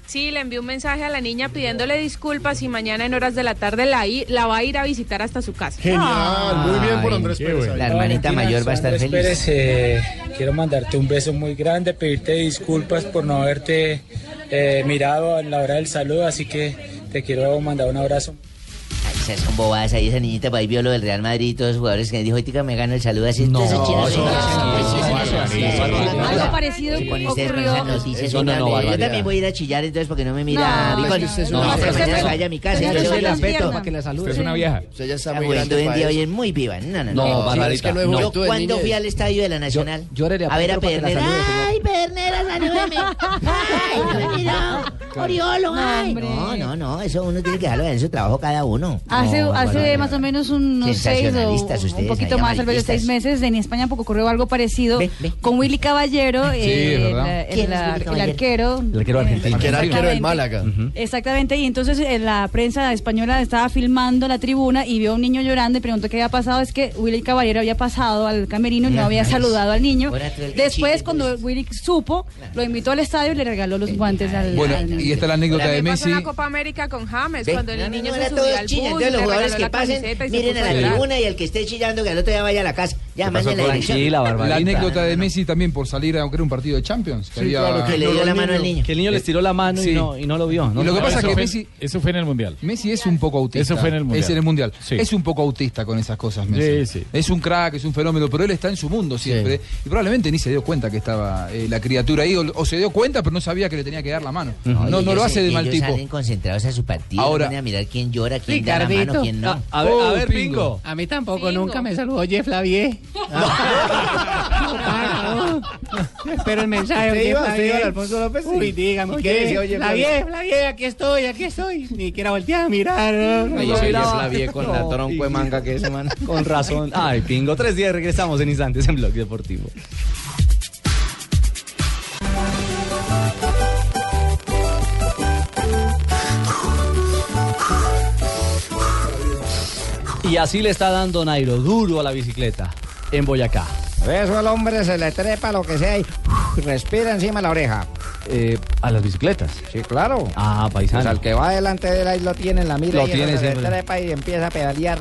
S17: Sí, le envió un mensaje a la niña pidiéndole disculpas y mañana en horas de la tarde la, i- la va a ir a visitar hasta su casa.
S7: Genial, muy bien por
S25: Ay,
S7: Andrés
S25: qué
S7: Pérez.
S25: bueno.
S7: ahí.
S25: Pues, Valentina, soy Andrés Pérez, eh, quiero mandarte un beso muy grande, pedirte disculpas por no haberte eh, mirado a la hora del saludo, así que te quiero mandar un abrazo.
S18: Esas son bobadas ahí, esa niñita para ahí vio lo del Real Madrid y todos los jugadores que dijo, ahorita me gano el saludo así. No,
S5: no,
S6: Algo parecido ocurrió.
S18: Eso no, no, Yo
S5: barbaridad.
S18: también voy a ir a chillar entonces porque no me mira.
S21: No,
S18: Bigol.
S21: es que usted es
S18: No,
S21: una
S18: pero
S21: vieja.
S18: mañana vaya a mi casa.
S21: Usted
S18: y
S21: es
S18: yo
S21: una
S18: le respeto.
S21: pierna.
S18: Usted
S21: es una
S16: vieja.
S21: Usted ya está
S18: La
S21: muy grande
S18: juventud en
S21: para
S18: día
S21: eso.
S18: Ah, hoy es muy viva. No, no,
S21: No,
S18: no.
S21: Barbarita, Es que no es no. juventud,
S18: Yo
S21: es
S18: cuando
S21: niñez.
S18: fui al estadio de la Nacional
S21: le
S18: a ver a
S21: apuesto para que la
S18: Pedernera.
S21: salude, señor.
S18: ¡Ay, Pedernera, salúdeme! ¡Ay, no me miró! ¡Oriolo, ay! No, no, no, eso uno tiene que dejarlo en su trabajo cada uno.
S6: Hace,
S18: No,
S6: hace
S18: Barbarita.
S6: más o menos unos seis o
S18: Sensacionalistas
S6: un
S18: ustedes,
S6: poquito
S18: ahí,
S6: más, tal vez seis meses, en España poco ocurrió algo parecido con Willy Caballero,
S5: es
S6: eh, el,
S5: verdad.
S6: el-
S5: ¿Quién es
S6: la-
S5: Willy
S6: el
S5: Caballero?
S6: arquero.
S5: El arquero argentino.
S15: Que era arquero del Málaga.
S6: Exactamente, y entonces eh, la prensa española estaba filmando la tribuna y vio a un niño llorando y preguntó qué había pasado. Es que Willy Caballero había pasado al camerino y no
S18: Las
S6: había
S18: manos.
S6: saludado al niño.
S18: Ahora tú el que
S6: Después, cuando
S11: pues.
S6: Willy supo, lo invitó al estadio y le regaló los guantes al
S11: Bueno,
S6: al niño.
S11: y está la anécdota de
S17: Pasó
S11: Messi.
S17: en la Copa América con James
S11: Ve.
S17: cuando
S18: No,
S17: el
S18: no,
S17: niño
S18: no,
S17: se
S18: era
S17: subía
S18: todo
S17: al
S18: chillen,
S17: bus,
S18: entonces los
S17: le
S18: jugadores
S17: regaló
S18: que
S17: la
S18: pasen,
S17: camiseta y se
S18: miren a
S17: puso
S18: la
S17: llorar.
S18: tribuna y el que esté chillando que al otro día vaya a la casa. Ya, mándenle la dirección.
S11: La anécdota de Messi también por salir a un partido de Champions.
S18: Sí, claro, que le dio la mano al niño.
S5: Que el niño les tiró la mano
S11: Eh, Sí.
S5: y, no, y no lo vio. ¿no?
S11: Y lo que
S5: No,
S11: pasa es
S5: eso
S11: que
S5: fue-
S11: Messi-
S8: Eso fue en el Mundial.
S11: Messi es un poco autista.
S8: Eso fue en el Mundial.
S11: Es en el mundial.
S8: Sí.
S11: Es un poco autista con esas cosas, Messi.
S8: Sí, sí.
S11: Es un crack, es un fenómeno, pero él está en su mundo siempre. Y probablemente ni se dio cuenta que estaba eh, la criatura ahí, o, o se dio cuenta, pero no sabía que le tenía que dar la mano. No,
S18: y
S11: no,
S18: ellos
S11: lo hace
S18: se-
S11: de mal
S18: ellos
S11: tipo.
S18: salen concentrados a su partido.
S11: Ahora-
S18: Ahora. A mirar quién llora, quién da la mano, quién no.
S12: A, a ver,
S10: Oh,
S12: a ver,
S18: Pingo.
S12: Pingo. A mí tampoco, nunca me saludó Jeff Lavier.
S10: Ah,
S12: Pero el mensaje.
S2: ¿Usted
S12: Jeff
S2: iba- usted
S12: Lavier.
S2: iba al Alfonso López?
S12: Uy, dígame.
S2: ¿Y
S12: ¿Y
S2: qué decía, oye,
S12: Lavier,
S2: Flavio?
S12: Lavier, aquí estoy, aquí estoy. Ni quiera voltear a mirar.
S9: Oye,
S12: No,
S9: ese Jeff
S12: no.
S9: Lavier con la tronco de manga que es, man.
S5: Con razón. Ay, Pingo. Tres días regresamos en instantes en Blog Deportivo. Y así le está dando Nairo duro a la bicicleta en Boyacá.
S2: Eso al hombre se le trepa lo que sea y respira encima de la oreja.
S5: Eh, a las bicicletas.
S2: Sí, claro.
S5: Ah, paisano.
S2: Pues al que va delante de él ahí lo tiene en la mira
S5: Lo
S2: y
S5: tiene
S2: él se le
S5: siempre.
S2: trepa y empieza a pedalear.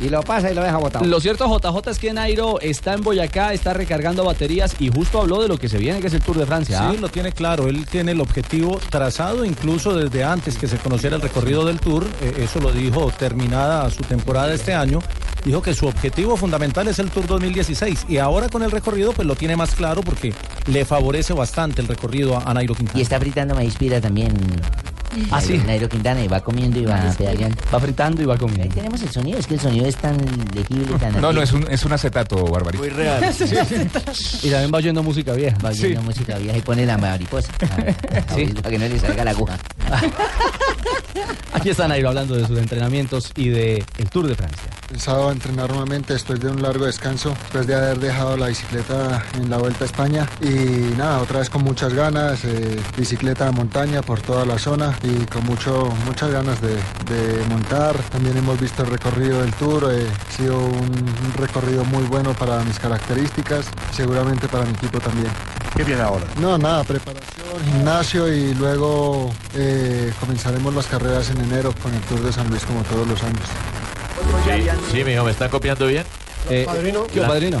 S2: Y lo pasa y lo deja botado.
S5: Lo cierto, JJ, es que Nairo está en Boyacá, está recargando baterías y justo habló de lo que se viene, que es el Tour de Francia. ¿ah?
S26: Sí, lo tiene claro. Él tiene el objetivo trazado incluso desde antes que se conociera el recorrido del Tour. eh, eso lo dijo terminada su temporada este año. Dijo que su objetivo fundamental es el Tour 2016 y ahora con el recorrido pues lo tiene más claro porque le favorece bastante el recorrido a, a Nairo Quintana.
S18: Y está fritando maíz pira también.
S5: Ah, sí. Ah,
S18: Nairo Quintana y va comiendo y va pedaleando.
S5: Va fritando y va comiendo.
S18: Ahí tenemos el sonido, es que el sonido es tan legible, tan
S16: No, no,
S18: antiguo.
S16: es un, es un acetato, Barbarito.
S18: Muy real.
S16: Sí.
S5: Y también va oyendo música vieja.
S18: Va oyendo música vieja y pone la mariposa. A- a- Para que no le salga la aguja.
S5: Aquí está Nairo hablando de sus entrenamientos y de el Tour de Francia.
S27: Pensado entrenar nuevamente después de un largo descanso, después de haber dejado la bicicleta en la Vuelta a España. Y nada, otra vez con muchas ganas, eh, bicicleta de montaña por toda la zona y con mucho, muchas ganas de, de montar. También hemos visto el recorrido del Tour, eh, ha sido un- un recorrido muy bueno para mis características, seguramente para mi equipo también.
S28: ¿Qué viene ahora?
S27: No, nada, preparación, gimnasio y luego eh, comenzaremos las carreras en enero con el Tour de San Luis como todos los años.
S29: Sí, sí, mijo, ¿me está copiando bien?
S7: Eh,
S27: Padrino.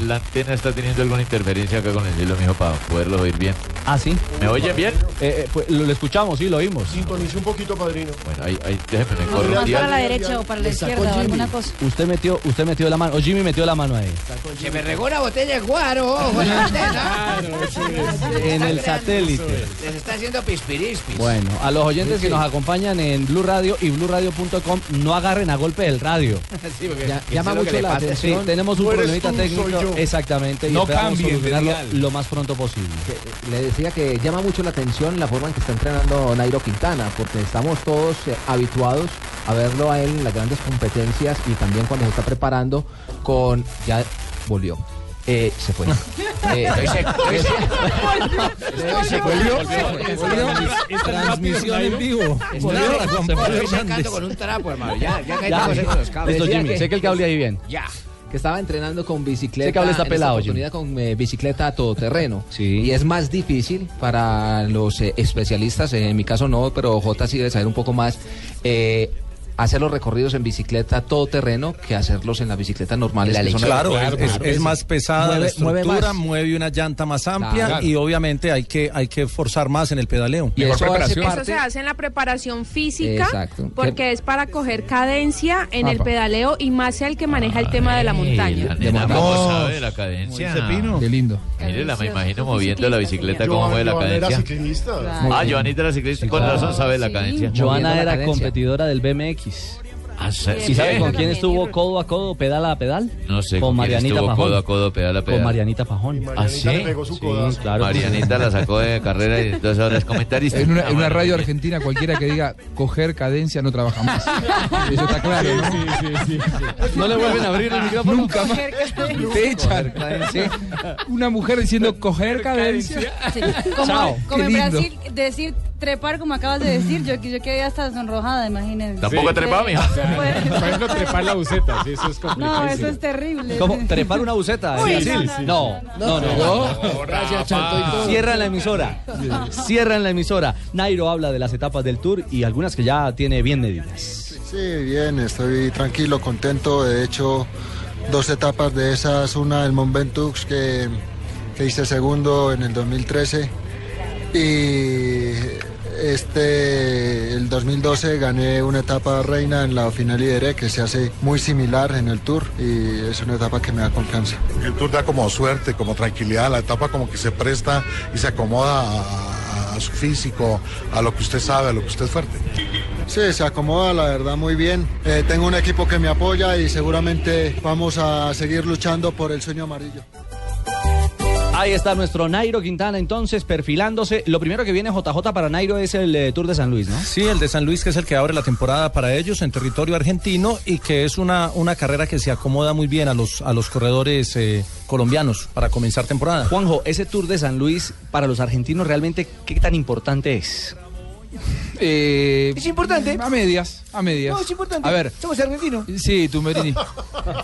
S29: la, La antena está teniendo alguna interferencia acá con el hilo, mijo, para poderlo oír bien.
S5: ¿Ah, sí?
S29: ¿Me oyen bien?
S5: Eh, pues, lo, escuchamos, sí, lo oímos.
S7: Sintonice un poquito, padrino.
S29: Bueno, ahí, ahí, déjeme, me corro el
S13: Más
S29: dial.
S13: para la derecha o para la
S29: Le sacó
S13: izquierda o alguna
S29: Jimmy.
S13: cosa.
S5: Usted metió, usted metió la mano, o Jimmy metió la mano ahí.
S19: Se me regó una botella de guaro, ojo, en la antena.
S5: En el satélite.
S19: Les está haciendo pispirispis.
S5: Bueno, a los oyentes que nos acompañan en Blue Radio y BluRadio.com, no agarren a golpe el radio.
S19: Sí, porque
S5: Ya-
S19: eso
S5: llama
S19: es lo que
S5: mucho
S19: le
S5: la
S19: pasa.
S5: atención.
S19: Sí,
S5: tenemos un
S19: no eres
S5: problemita
S19: tú,
S5: técnico.
S19: soy yo.
S5: Exactamente. Y
S19: No
S5: esperamos
S19: cambien de
S5: solucionarlo
S19: dial.
S5: lo más pronto posible.
S9: Le decía que llama mucho la atención la forma en que está entrenando Nairo Quintana, porque estamos todos eh, habituados a verlo a él en las grandes competencias y también cuando se está preparando con... Ya volvió. Eh, se fue. Eh,
S14: Estoy
S9: se-
S14: seco, estoy seco.
S9: Estoy seco.
S14: Volvió.
S9: Volvió.
S14: Volvió.
S19: Transmisión en vivo. Estoy sacando con un trapo, hermano. Ya, ya caí con los cables.
S9: Decía que-
S5: Sé que el cable ahí bien.
S9: Ya. Que estaba entrenando con bicicleta.
S5: Ese cable está
S9: en esta
S5: pelado,
S9: oportunidad con eh, bicicleta a todoterreno. Y es más difícil para los eh, especialistas, eh, en mi caso no, pero J sí debe saber un poco más. eh, hacer los recorridos en bicicleta a todoterreno que hacerlos en la bicicleta normal.
S26: Claro,
S9: que son-
S26: es, es- es más pesada la
S9: Mueve- mueve
S26: estructura, mueve,
S9: más.
S26: una llanta más amplia
S9: Claro.
S26: y obviamente hay que, hay que forzar más en el pedaleo.
S9: Y Mejor eso hace preparación.
S17: Eso se hace en la preparación física,
S26: Exacto.
S17: porque es para coger cadencia en el
S26: Apa.
S17: pedaleo y más el que maneja el tema de la montaña.
S29: De
S26: Vamos.
S29: Vamos a ver la cadencia.
S11: Qué lindo.
S29: Mírela, me imagino moviendo la bicicleta como
S7: Joan-
S29: mueve la
S7: Joan era
S29: cadencia.
S7: ciclista.
S29: Ah, Joanita era ciclista, con razón sabe la cadencia. Ah,
S5: Joana era
S29: competente.
S5: competidora del BMX.
S29: sí,
S5: ¿Y sabe
S29: sí.
S5: con quién estuvo codo a codo, pedal a pedal?
S29: No sé, con
S5: con
S29: quién
S5: Marianita
S29: estuvo
S5: Pajón.
S29: codo a codo, pedal a pedal.
S5: Con Marianita Pajón.
S29: ¿Ah, sí?
S5: Sí, claro.
S29: Marianita la sacó de carrera y entonces ahora es comentarista.
S11: En una, en una
S29: Ah, bueno,
S11: radio argentina cualquiera que diga coger cadencia no trabaja más. Eso está claro. ¿no?
S5: No le vuelven a abrir el micrófono.
S11: Nunca más. Te echan. Una mujer diciendo coger cadencia.
S13: Como,
S11: Chao.
S13: como
S11: Qué
S13: en
S11: lindo.
S13: Brasil, decir trepar como acabas de decir, yo, yo quedé hasta sonrojada, imagínense.
S29: Tampoco trepa, mija.
S8: Por ejemplo, trepar la buceta, sí, eso es complicado.
S13: No, eso es terrible.
S5: ¿Cómo? ¿Trepar una buceta?
S13: Uy,
S5: ¿eh?
S13: Sí, no, sí,
S5: No, no, no.
S29: no.
S5: Gracias,
S29: Chanto, y todo.
S5: Cierran la emisora. Cierran la emisora. Nairo habla de las etapas del tour y algunas que ya tiene bien medidas.
S27: Sí, bien, estoy tranquilo, contento. De hecho, dos etapas de esas, una del Monventux que, que hice segundo en el 2013 y este el 2012 gané una etapa reina en la final Iberé que se hace muy similar en el Tour y es una etapa que me da confianza.
S6: El Tour da como suerte, como tranquilidad, la etapa como que se presta y se acomoda a, a su físico, a lo que usted sabe, a lo que usted es fuerte.
S27: Sí, se acomoda la verdad muy bien. Eh, tengo un equipo que me apoya y seguramente vamos a seguir luchando por el sueño amarillo.
S5: Ahí está nuestro Nairo Quintana entonces perfilándose. Lo primero que viene JJ para Nairo es el eh, Tour de San Luis, ¿no?
S26: Sí, el de San Luis que es el que abre la temporada para ellos en territorio argentino y que es una, una carrera que se acomoda muy bien a los, a los corredores eh, colombianos para comenzar temporada.
S5: Juanjo, ese Tour de San Luis para los argentinos realmente, ¿qué tan importante es?
S9: es importante.
S11: Eh, A medias, a medias.
S9: No, es importante.
S11: A ver.
S9: Somos argentinos.
S11: Sí, Tumberini.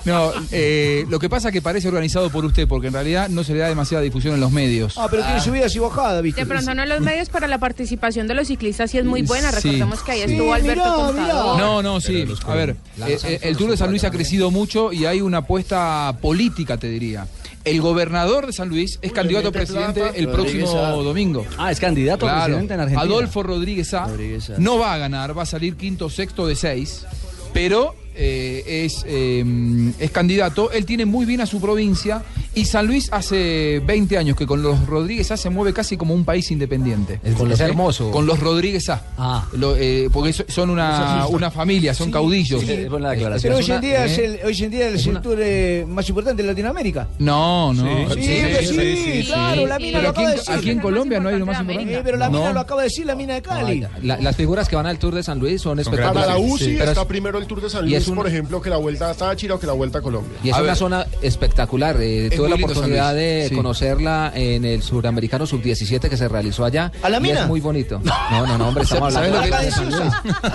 S11: No, eh, lo que pasa es que parece organizado por usted, porque en realidad no se le da demasiada difusión en los medios.
S9: Ah, pero tiene subidas y bajadas, ¿viste?
S17: De pronto no en los medios, pero la participación de los ciclistas sí es muy buena.
S11: Sí.
S17: Recordemos que ahí
S11: Sí,
S17: estuvo Alberto
S9: mirá,
S17: Contador.
S11: No, no, sí.
S9: los
S11: A ver,
S9: la-
S11: eh,
S9: los
S11: eh, el Tour de San Luis ha crecido mucho y hay una apuesta política, te diría. El gobernador de San Luis es candidato a
S5: mete
S11: presidente
S5: plata.
S11: el próximo
S5: Rodríguez A.
S11: domingo.
S5: Ah, es candidato a presidente en Argentina.
S11: Adolfo Rodríguez A.
S5: A.
S11: No va a ganar, va a salir quinto, sexto de seis, pero eh, es, eh, es candidato. Él tiene muy bien a su provincia y San Luis hace 20 años que con los Rodríguez A se mueve casi como un país independiente.
S9: Con los Ah.
S11: ¿Sí?
S9: hermosos.
S11: Con los Rodríguez A. Lo, eh, porque so- son una, una familia, son caudillos.
S9: Pero hoy en día
S5: ¿eh?
S9: es ¿Eh? el, hoy en día es el tour eh, más importante de Latinoamérica.
S11: No, no.
S9: Sí, sí, sí, claro, la mina
S11: Pero
S9: lo
S11: aquí,
S9: acaba de
S11: en-
S9: decir.
S11: aquí en Colombia no hay lo más importante.
S9: Eh, pero la mina
S11: No.
S9: lo acaba de decir, la mina de Cali.
S11: La-
S9: las figuras que van al
S11: Tour de San Luis son
S9: espectaculares.
S6: Para la UCI
S9: Sí, pero
S6: está
S9: es-
S6: primero el Tour de San
S9: y es
S6: Luis,
S9: un-
S6: por ejemplo, que la Vuelta a Táchira o que la Vuelta a Colombia.
S9: Y es
S6: A
S9: una
S6: ver,
S9: zona espectacular. eh,
S6: Es
S9: tuve la
S6: muy lindo San Luis,
S9: oportunidad de
S6: sí.
S9: conocerla en el suramericano sub-17 que se realizó allá.
S6: ¿A la
S9: y
S6: mina?
S9: Es muy bonito. No, no, no, hombre, estamos
S6: ¿Sabe
S9: hablando
S6: lo que-
S9: de San Luis.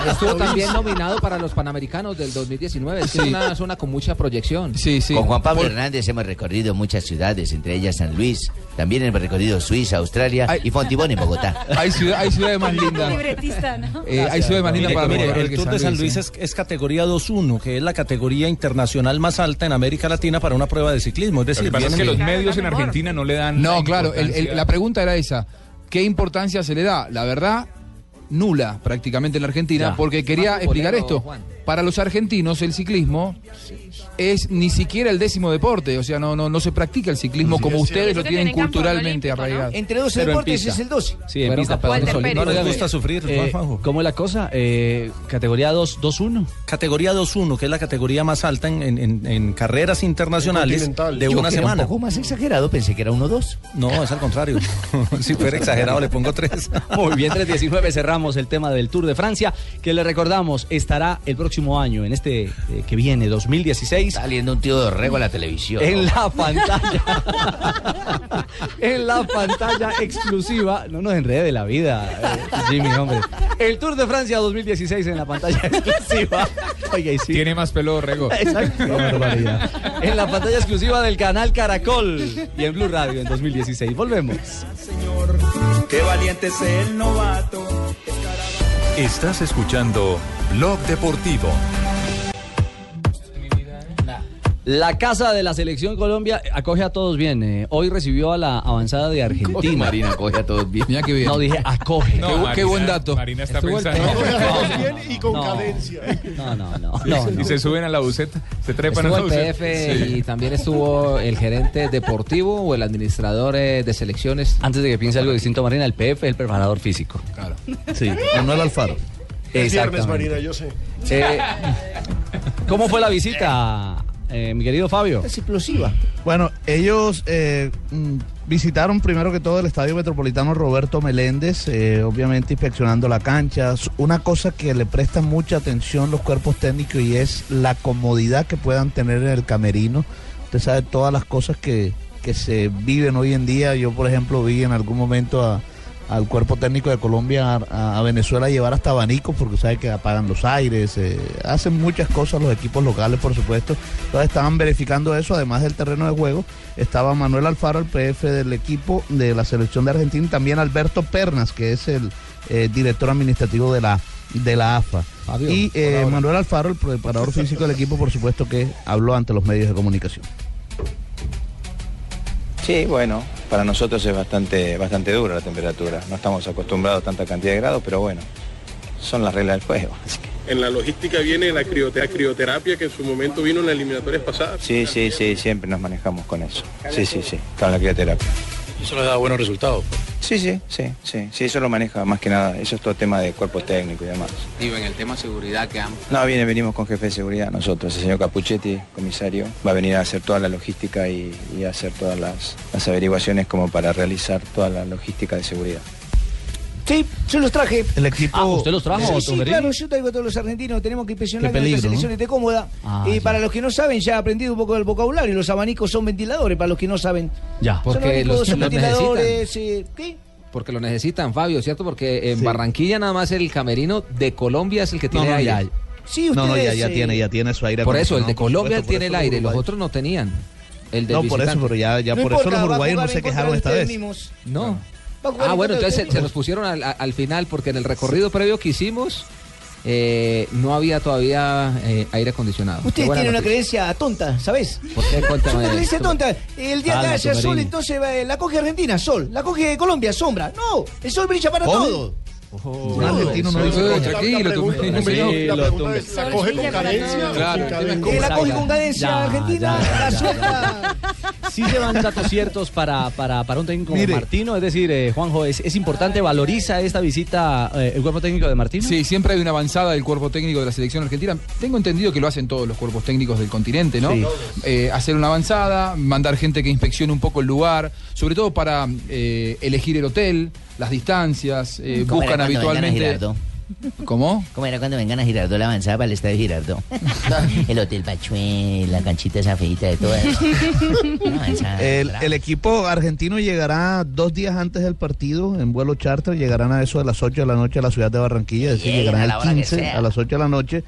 S9: Estuvo también nominado para los Panamericanos del 2019. Es que
S18: Sí.
S9: Es una zona con mucha proyección.
S18: Con Juan Pablo Hernández hemos recorrido muchas ciudades, entre ellas San Luis. También hemos recorrido Suiza, Australia y Fontibón en Bogotá.
S11: Hay, ciudad- hay ciudades más lindas.
S13: Libretista, ¿no?
S11: Eh, hay ciudades más lindas
S26: Mire,
S11: para
S26: mire,
S11: recorrer
S26: El
S11: que
S26: Tour de San Luis
S16: ¿eh?
S26: es, es categoría 2-1, que es la categoría internacional más alta en América Latina para una prueba de ciclismo. Es
S16: Lo
S26: decir,
S16: que pasa es que
S26: vienen-
S16: los medios en Argentina no le dan.
S11: No, claro, el- el- la pregunta era esa. ¿Qué importancia se le da? La verdad, nula prácticamente en la Argentina,
S16: Ya.
S11: porque quería
S16: Más
S11: explicar
S16: futbolero,
S11: esto.
S16: Juan.
S11: Para los argentinos el ciclismo es ni siquiera el décimo deporte, o sea, no, no, no se practica el ciclismo
S9: Sí,
S11: como
S9: es
S11: ustedes
S9: cierto.
S11: lo
S9: Eso que
S11: tienen
S9: tiene campeón
S11: culturalmente arraigado.
S9: Entre 12
S5: Pero en
S9: deportes
S5: pista.
S9: es el 12.
S5: Sí, en
S9: Fueron
S5: pista,
S9: campeones
S5: perdón,
S9: olímpicos.
S5: Solís.
S26: No les gusta sufrir, ¿no,
S5: Eh,
S26: Juanjo?
S5: ¿Cómo es la cosa? Eh, categoría 2, 2-1.
S26: Categoría 2-1, que es la categoría más alta en, en- en- en carreras internacionales de
S18: Yo
S26: una
S18: que era
S26: semana.
S18: Un poco más exagerado, pensé que era 1-2.
S26: No, es al contrario. si fuera exagerado, le pongo 3.
S5: Muy bien, 319 cerramos el tema del Tour de Francia, que le recordamos estará el próximo año, en este eh, que viene, 2016.
S18: Saliendo un tío de rego a la televisión.
S5: En la pantalla. en la pantalla exclusiva. No nos enrede de la vida, eh, Jimmy, hombre. El Tour de Francia 2016 en la pantalla exclusiva. Oiga, y sí.
S16: Tiene más pelo rego.
S5: Exacto. Qué barbaridad. En la pantalla exclusiva del canal Caracol y en Blue Radio en 2016. Volvemos.
S14: Qué valiente Este es el novato.
S1: Estás escuchando Blog Deportivo.
S5: La casa de la selección Colombia acoge a todos bien. eh. Hoy recibió a la avanzada de
S9: Acoge,
S5: Argentina.
S9: Marina,
S5: acoge a todos bien.
S11: Mira qué bien.
S5: No dije acoge.
S11: No, Qué bu- qué Marina- buen dato. Marina está
S5: Estuvo el
S16: pensando.
S5: perro.
S6: Todos bien y con
S5: No.
S6: cadencia.
S5: No, no, no.
S16: Y,
S9: No,
S16: se-
S9: no.
S16: y se suben a la buceta, se trepan
S9: Estuvo
S16: a la
S9: el
S16: buceta.
S9: PF
S16: Sí.
S9: y también estuvo el gerente deportivo o el administrador eh, de selecciones.
S5: Antes de que piense algo distinto, Marina, el PF es el preparador físico.
S11: Claro.
S5: Sí, Manuel Alfaro.
S6: Es viernes,
S5: Exactamente.
S6: Marina, yo sé.
S5: Eh, ¿Cómo fue la visita, eh, mi querido Fabio?
S19: Es explosiva. Bueno, ellos eh, mm, visitaron primero que todo el Estadio Metropolitano Roberto Meléndez, eh, obviamente inspeccionando la cancha. S- Una cosa que le prestan mucha atención los cuerpos técnicos y es la comodidad que puedan tener en el camerino. Usted sabe todas las cosas que, que se viven hoy en día. Yo, por ejemplo, vi en algún momento a- al cuerpo técnico de Colombia a, a Venezuela llevar hasta abanicos porque sabe que apagan los aires, eh, hacen muchas cosas los equipos locales por supuesto. Entonces estaban verificando eso, además del terreno de juego, estaba Manuel Alfaro, el PF del equipo de la selección de Argentina, y también Alberto Pernas, que es el eh, director administrativo de la de la AFA.
S21: Fabio,
S19: y
S21: por
S19: eh,
S21: ahora.
S19: Manuel Alfaro, el preparador físico del equipo, por supuesto que habló ante los medios de comunicación.
S30: Sí, bueno, para nosotros es bastante, bastante dura la temperatura. No estamos acostumbrados a tanta cantidad de grados, pero bueno, son las reglas del juego. así que-
S22: En la logística viene la criote- crioterapia que en su momento vino en las eliminatorias pasadas.
S30: Sí, sí, sí, siempre nos manejamos con eso. Sí, sí, sí, con la crioterapia.
S22: Eso le da buenos resultados. pues.
S30: Sí, sí, sí, sí, sí, eso lo maneja más que nada. Eso es todo tema de cuerpo técnico y demás.
S29: Digo, en el tema seguridad que han
S30: No, viene, venimos con jefe de seguridad nosotros. El señor Capuchetti, comisario, va a venir a hacer toda la logística y, y a hacer todas las, las averiguaciones como para realizar toda la logística de seguridad.
S21: Sí, yo los traje.
S19: El equipo.
S30: Ah, ¿usted los trajo,
S21: Oh. Sí, sí
S30: Tumberini?
S21: claro, yo traigo a todos los argentinos. Tenemos que impresionar
S19: Qué
S21: con nuestra
S19: peligro,
S21: selección esté cómoda.
S19: Ah,
S21: y
S19: ya.
S21: para los que no saben, ya he aprendido un poco del vocabulario. Los abanicos son ventiladores, para los que no saben.
S9: Ya, porque
S21: son abanicos,
S9: los,
S21: son
S9: los necesitan.
S21: ventiladores. eh, ¿Qué?
S9: Porque lo necesitan, Fabio, ¿cierto? Porque en Barranquilla nada más el camerino de Colombia es el que
S19: No,
S9: tiene
S19: no,
S9: aire.
S19: ya.
S21: Sí,
S19: No, no, ya,
S9: ustedes,
S19: ya
S9: eh,
S19: tiene, ya tiene su aire.
S9: Por eso, el de
S19: acondicionado, por
S9: Colombia
S19: supuesto, por
S9: tiene
S19: eso
S9: el
S19: los
S9: aire, los
S19: uruguayos.
S9: otros no tenían. El del
S19: No, por eso,
S9: visitante.
S19: pero ya, ya
S9: No
S19: por
S9: importa,
S19: eso
S9: va a
S19: los uruguayos
S9: jugar
S19: no se
S9: en
S19: quejaron
S9: contra
S19: esta
S9: de
S19: vez.
S9: ustedes No. Ah, bueno, entonces se, se los pusieron al, a- al final porque en el recorrido previo que hicimos eh, no había todavía eh, aire acondicionado. Qué
S21: Ustedes
S9: buena
S21: tienen una
S9: noticia.
S21: creencia tonta, ¿sabes?
S9: ¿Por qué? Cuéntame,
S21: una creencia
S9: Tumberini.
S21: tonta. El día que
S9: Calma,
S21: haya sol,
S9: Tumberini.
S21: entonces va- la coge Argentina, sol. La coge Colombia, sombra. No, el sol brilla para
S19: ¿Cómo?
S21: todo.
S19: Un argentino no
S21: Sí,
S19: dice
S21: sí,
S19: eso.
S21: tranquilo, tú-
S22: Tranquilo,
S19: La pregunta
S22: tú- es, ¿la coge con cadencia o Claro, sin el cadencia? tema es
S21: La coge con cadencia
S22: Ya,
S21: Argentina, la suelta.
S5: Sí llevan datos ciertos para, para, para un técnico como Martino, es decir, eh, Juanjo, es, es importante, valoriza esta visita eh, el cuerpo técnico de Martino.
S11: Sí, siempre hay una avanzada del cuerpo técnico de la selección argentina. Tengo entendido que lo hacen todos los cuerpos técnicos del continente, ¿no?
S29: Sí.
S11: Eh, hacer una avanzada, mandar gente que inspeccione un poco el lugar, sobre todo para eh, elegir el hotel, las distancias, eh,
S18: ¿Cómo
S11: buscan
S18: era cuando vengan a
S11: habitualmente.
S18: Girardot?
S11: ¿Cómo?
S18: ¿Cómo era cuando vengan a Girardot la avanzada para el estadio Girardot? el Hotel Pachué, la canchita esa feita de todas. No, esa-
S19: El, el equipo argentino llegará dos días antes del partido en vuelo charter, llegarán a eso de las 8 de la noche a la ciudad de Barranquilla, es decir,
S18: Llegan a
S19: llegarán
S18: la
S19: el
S18: hora que
S19: 15
S18: sea.
S19: a las 8 de la noche.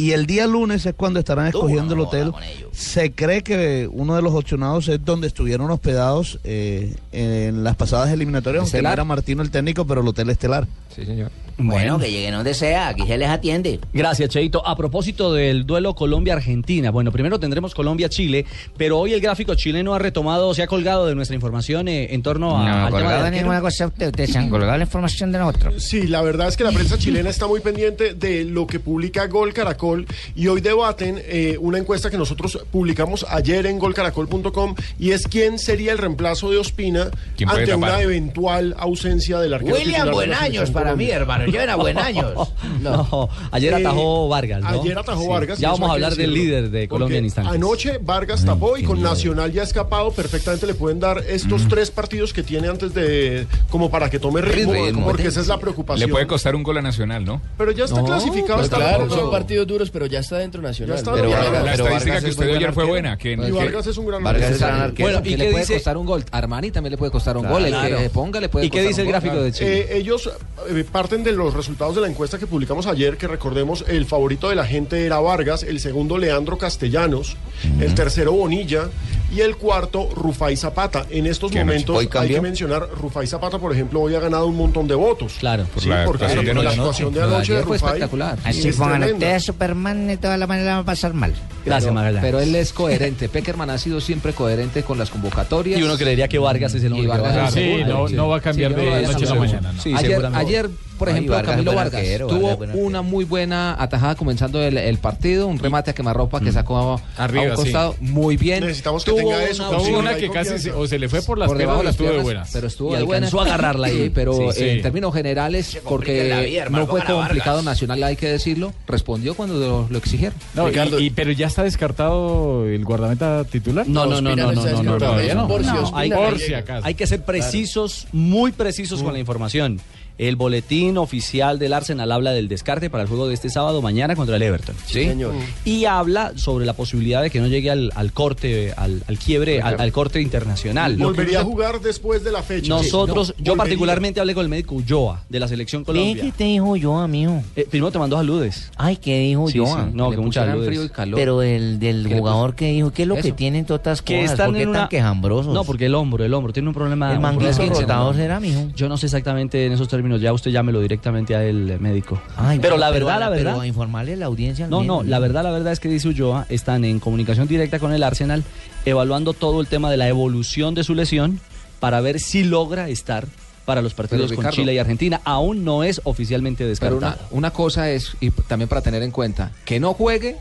S19: Y el día lunes es cuando estarán escogiendo el hotel. Se cree que uno de los opcionados es donde estuvieron hospedados eh, en las pasadas eliminatorias, aunque no
S18: Estelar.
S19: era Martino el técnico, pero el hotel estelar.
S5: Sí, señor.
S18: Bueno, que lleguen donde sea, aquí se les atiende.
S5: Gracias, Cheito. A propósito del duelo Colombia-Argentina, bueno, primero tendremos Colombia-Chile, pero hoy el gráfico chileno ha retomado, se ha colgado de nuestra información eh, en torno a, al tema del arquero.
S7: cosa, ustedes se han colgado la información de nosotros. Sí, la verdad es que la prensa chilena está muy pendiente de lo que publica Gol Caracol y hoy debaten eh, una encuesta que nosotros publicamos ayer en golcaracol.com y es quién sería el reemplazo de Ospina
S21: ¿Quién puede
S7: ante
S21: tapar?
S7: una eventual ausencia del arquero.
S21: William
S7: titular de la
S21: Buenaños
S7: selección
S21: para mí,
S7: Colombia.
S21: hermano, yo era Buenaños.
S5: No, ayer
S7: Eh,
S5: atajó Vargas. ¿no?
S7: Ayer atajó
S5: Sí.
S7: Vargas. y
S5: Ya
S7: eso
S5: vamos a
S7: hay que
S5: hablar del
S7: decirlo.
S5: líder de Colombia en
S7: Porque
S5: instantes.
S7: Anoche Vargas tapó y con Nacional ya escapado. Perfectamente le pueden dar estos
S5: Mm.
S7: tres partidos que tiene antes de. como para que tome ritmo,
S16: Ritmo,
S7: porque
S16: ritmo.
S7: esa es la preocupación.
S16: Le puede costar un gol a Nacional, ¿no?
S7: Pero ya está
S16: No,
S7: clasificado
S15: Pues
S16: pero
S7: hasta
S16: claro,
S7: la-
S16: son
S7: partidos duros, pero ya está dentro Nacional.
S16: Pero la estadística que usted dio ayer fue buena.
S9: que-
S7: Y Pues, Vargas es un gran
S9: Bueno, y le puede costar un gol. Armani también le puede costar un gol. El que le ponga le puede costar un gol.
S7: Eh, ellos eh, parten de los resultados de la encuesta que publicamos ayer, que recordemos, el favorito de la gente era Vargas, el segundo Leandro Castellanos, el tercero Bonilla y el cuarto Rufai Zapata. En estos
S16: ¿Qué noche?
S7: momentos
S16: ¿Hoy
S7: hay
S16: cambió?
S7: que mencionar, Rufai Zapata, por ejemplo, hoy ha ganado un montón de votos. Claro,
S16: por la actuación de
S7: la
S16: anoche.
S7: actuación de
S16: Lo de
S7: anoche de
S16: ayer fue
S7: Rufai
S9: espectacular.
S7: es
S18: Así pongan
S7: tremenda.
S18: ustedes Superman, de todas las maneras van a pasar mal.
S9: pero, pero él es coherente. Peckerman ha sido siempre coherente con las convocatorias.
S5: Y uno creería que Vargas es el
S9: Y
S5: único que
S9: Vargas
S5: va a
S9: es
S5: ganar.
S9: el
S5: Sí,
S9: segundo.
S5: no- no va a cambiar
S9: yo
S5: de
S9: creo que es
S5: noche a la
S9: seguro.
S5: mañana, no. Sí,
S9: ayer,
S5: seguramente.
S9: ayer, por
S5: No, y
S9: ejemplo,
S5: Vargas es
S9: Camilo
S5: buen
S9: Vargas
S5: arquero,
S9: tuvo
S5: Vargas es buen arquero.
S9: una muy buena atajada comenzando el, el partido, un remate a quemarropa que sacó a- a,
S8: Mm. Arriba,
S9: un
S8: sí.
S9: costado muy bien.
S7: Necesitamos
S8: que tenga eso, Tuvo Camilo, una hay que confianza. casi se- o se le fue por las
S9: debajo
S8: piernas,
S9: de las
S8: estuvo de
S9: piernas,
S8: buenas.
S9: Pero estuvo
S8: Y
S9: de buenas.
S8: alcanzó a agarrarla ahí.
S9: Sí, pero
S8: Sí, sí.
S9: en términos generales,
S8: la
S9: porque
S8: vida, hermano,
S9: no fue
S8: con la
S9: complicado
S8: Vargas.
S9: Nacional, hay que decirlo, respondió cuando lo, lo exigieron.
S8: No, y- y- pero ya está descartado el guardameta titular.
S5: No, no, no, no, no, no, no,
S8: Todavía
S5: no,
S8: no.
S5: no, no,
S8: No,
S5: hay-
S8: Por si acaso.
S5: Hay que ser precisos, muy precisos con la información. El boletín oficial del Arsenal habla del descarte para el juego de este sábado mañana contra el Everton. Mm.
S9: Sí, señor.
S5: Y habla sobre la posibilidad de que no llegue al, al corte, al, al quiebre, al, al corte internacional. Lo que
S7: Volvería a
S5: no-
S7: jugar después de la fecha.
S5: Nosotros,
S7: No,
S5: yo
S7: volvería.
S5: particularmente hablé con el médico Ulloa de la selección Colombia.
S18: ¿Qué te dijo yo, amigo?
S5: Eh, primero te mandó saludes.
S18: Ay, ¿qué dijo
S5: Sí,
S18: yo?
S5: sí, no, que muchas saludes.
S18: Pero el del
S5: Que le
S18: jugador que dijo, ¿qué es lo que
S5: Eso.
S18: tienen todas estas
S5: que
S18: cosas?
S5: están
S18: ¿Por qué
S5: en
S18: tan
S5: una...
S18: quejambrosos?
S5: No, porque el hombro, el hombro tiene un problema.
S18: ¿El
S5: un problema
S18: manguito
S5: esguince,
S18: rotador será,
S5: hermano.
S18: mijo?
S5: Yo no sé exactamente en esos términos, ya usted llámelo directamente al médico. pero la verdad, la verdad.
S18: Pero a informarle a la audiencia. al
S5: No, no,
S18: menos.
S5: la verdad, la verdad es que dice Ulloa, están en comunicación directa con el Arsenal, evaluando todo el tema de la evolución de su lesión para ver si logra estar para los partidos con
S9: Ricardo-
S5: Chile y Argentina. Aún no es oficialmente
S9: Pero
S5: descartado.
S9: una, una cosa es, y p- también para tener en cuenta, que no juegue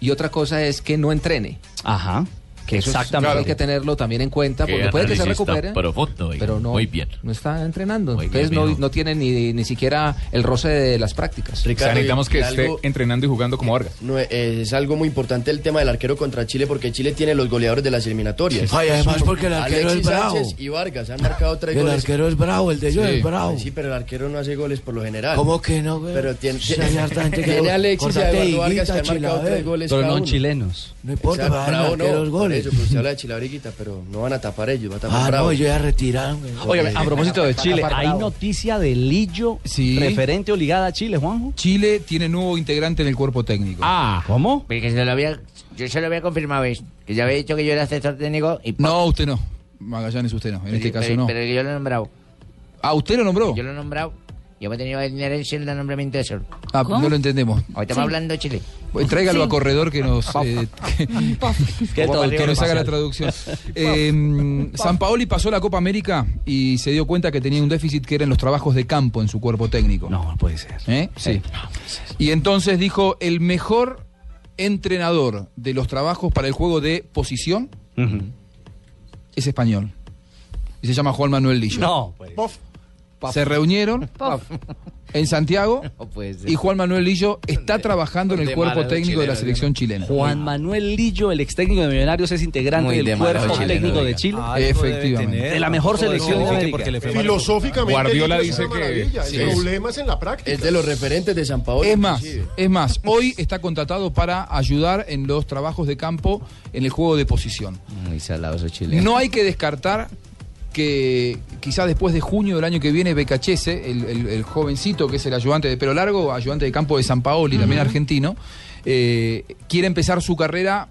S9: y otra cosa es que no entrene.
S5: Ajá.
S9: Que eso es-
S5: Exactamente.
S9: hay que tenerlo también en cuenta,
S29: Qué
S9: porque pues, puede que se
S29: análisis tan
S9: recupere.
S29: profundo, oiga.
S9: pero no,
S29: Muy bien.
S9: no está entrenando.
S29: Muy bien,
S9: Entonces no,
S29: mijo.
S9: no tiene ni, ni siquiera el roce de las prácticas.
S16: O sea, necesitamos que esté entrenando y jugando como Vargas.
S15: No, eh, es algo muy importante el tema del arquero contra Chile porque Chile tiene los goleadores de las eliminatorias.
S12: Ay, además porque el arquero
S15: Alexis
S12: es bravo.
S15: Sánchez y Vargas han marcado tres
S12: El
S15: goles.
S12: arquero es bravo, el de ellos es bravo.
S15: Sí, pero el arquero no hace goles por lo general.
S12: ¿Cómo que no, güey?
S15: Pero tiene,
S12: Sí, hay harta gente que-
S15: tiene a Alexis y a
S12: Cortate,
S15: Eduardo Vargas que
S12: higuita,
S15: han marcado
S12: Chilaver.
S15: tres goles
S5: Pero
S15: cada
S5: no
S15: uno.
S5: chilenos.
S12: No importa,
S15: Exacto,
S12: van a
S15: Bravo
S12: meter
S15: no,
S12: los
S15: por
S12: goles.
S15: eso, pero usted habla de Chile ahorita, pero no van a tapar ellos, va a tapar
S12: Ah,
S15: Bravo.
S12: no, yo ya retiraron. güey.
S5: Oye, a propósito de Chile, ¿hay
S15: Bravo.
S5: noticia de Lillo referente o ligada a Chile, Juanjo?
S11: Chile tiene nuevo integrante en el cuerpo técnico.
S5: Ah, ¿cómo?
S18: Porque se lo había, yo se lo había confirmado, ¿ves? Que ya había dicho que yo era asesor técnico y...
S11: No, usted no. Magallanes, usted no. En este caso
S18: pero,
S11: no.
S18: Pero yo lo he nombrado.
S11: Ah, ¿usted lo nombró?
S18: Yo lo he nombrado. Yo me he tenido inherencia en el nombramiento de eso.
S11: Ah, no lo entendemos.
S18: Ahorita va hablando Chile.
S11: Pues tráigalo
S18: Sí.
S11: a corredor que nos, eh, que-
S18: Que el traductor
S11: que nos haga la
S18: espacial.
S11: traducción. Eh, San Paoli pasó la Copa América y se dio cuenta que tenía un déficit que era en los trabajos de campo en su cuerpo técnico. No,
S5: no puede ser.
S9: ¿Eh?
S11: Sí. Y entonces dijo, el mejor entrenador de los trabajos para el juego de posición es español. Y se llama Juan Manuel Lillo.
S5: No,
S11: Pof. Se reunieron Ah, oh, pues. en Santiago y Juan Manuel Lillo está trabajando en el
S5: de
S11: cuerpo
S5: malas los
S11: técnico de la
S5: chilenos,
S11: selección chilena.
S5: Juan Manuel Lillo, el ex técnico de Millonarios, es integrante
S11: Muy
S5: del
S11: de
S5: cuerpo
S11: malos chilenos,
S5: técnico de
S11: oiga.
S5: Chile.
S11: Algo Efectivamente.
S5: De la mejor selección de América.
S7: Filosóficamente,
S11: Guardiola
S7: el equipo es
S11: dice
S7: una
S11: que-
S7: maravilla,
S11: sí.
S7: El problema es en la práctica.
S15: Es de los referentes de San Paolo.
S11: Es más,
S15: inclusive.
S11: es más, hoy está contratado para ayudar en los trabajos de campo en el juego de posición.
S9: Muy salados esos chilenos.
S11: No hay que descartar que quizás después de junio del año que viene Becachese, el, el- el jovencito que es el ayudante de pelo largo, ayudante de campo de San Paoli, también argentino, eh, quiere empezar su carrera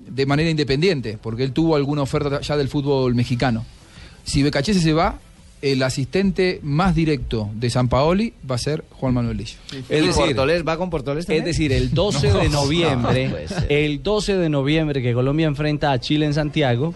S11: de manera independiente, porque él tuvo alguna oferta ya del fútbol mexicano. Si Becachese se va, el asistente más directo de San Paoli va a ser Juan Manuel Lillo.
S5: Es decir,
S9: va con Portoles
S5: Es decir, el 12 de
S11: No,
S5: noviembre, Ah,
S11: no puede
S5: el 12 de noviembre que Colombia enfrenta a Chile en Santiago,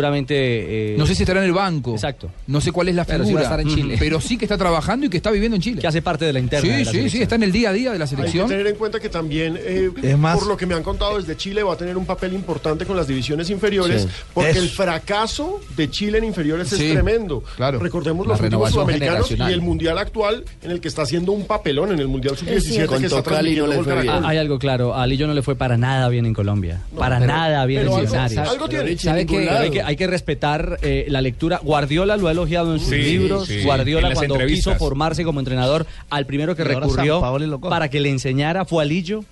S5: seguramente... eh,
S11: No sé si estará en el banco.
S5: Exacto.
S11: No sé cuál es la
S5: Pero
S11: figura.
S5: sí va a estar en Chile.
S11: Pero sí que está trabajando y que está viviendo en Chile.
S5: Que hace parte de la interna
S11: Sí,
S5: de la
S11: sí, sí,
S5: selección.
S11: está en el día a día de la
S7: Hay
S11: selección.
S7: que tener en cuenta que también, eh,
S11: Es más-
S7: por lo que me han contado desde Chile, va a tener un papel importante con las divisiones inferiores,
S11: Sí.
S7: porque
S11: Eso.
S7: el fracaso de Chile en inferiores
S11: Sí,
S7: es tremendo.
S11: claro.
S7: Recordemos
S11: La
S7: los últimos
S11: renovación
S7: sudamericanos y
S11: generacional.
S7: el mundial actual, en el que está haciendo un papelón, en el mundial sub-17 que está transmitiendo Gol Caracol.
S5: Ah, Hay algo claro, a Lillo no le fue para nada bien en Colombia. para
S7: pero-
S5: nada bien
S7: pero
S5: en
S7: algo-
S5: Millonarios.
S7: algo tiene, Richie,
S5: ¿Sabe
S7: en ningún
S5: qué?
S7: lado.
S5: Hay que, hay que respetar eh, la lectura. Guardiola lo ha elogiado en sus
S16: Sí,
S5: libros.
S16: sí. En
S5: Guardiola
S16: las
S5: cuando
S16: entrevistas.
S5: quiso formarse como entrenador, al primero que
S16: Y ahora
S5: recurrió
S16: San Paoli lo coge.
S5: para que le enseñara fue a Lillo.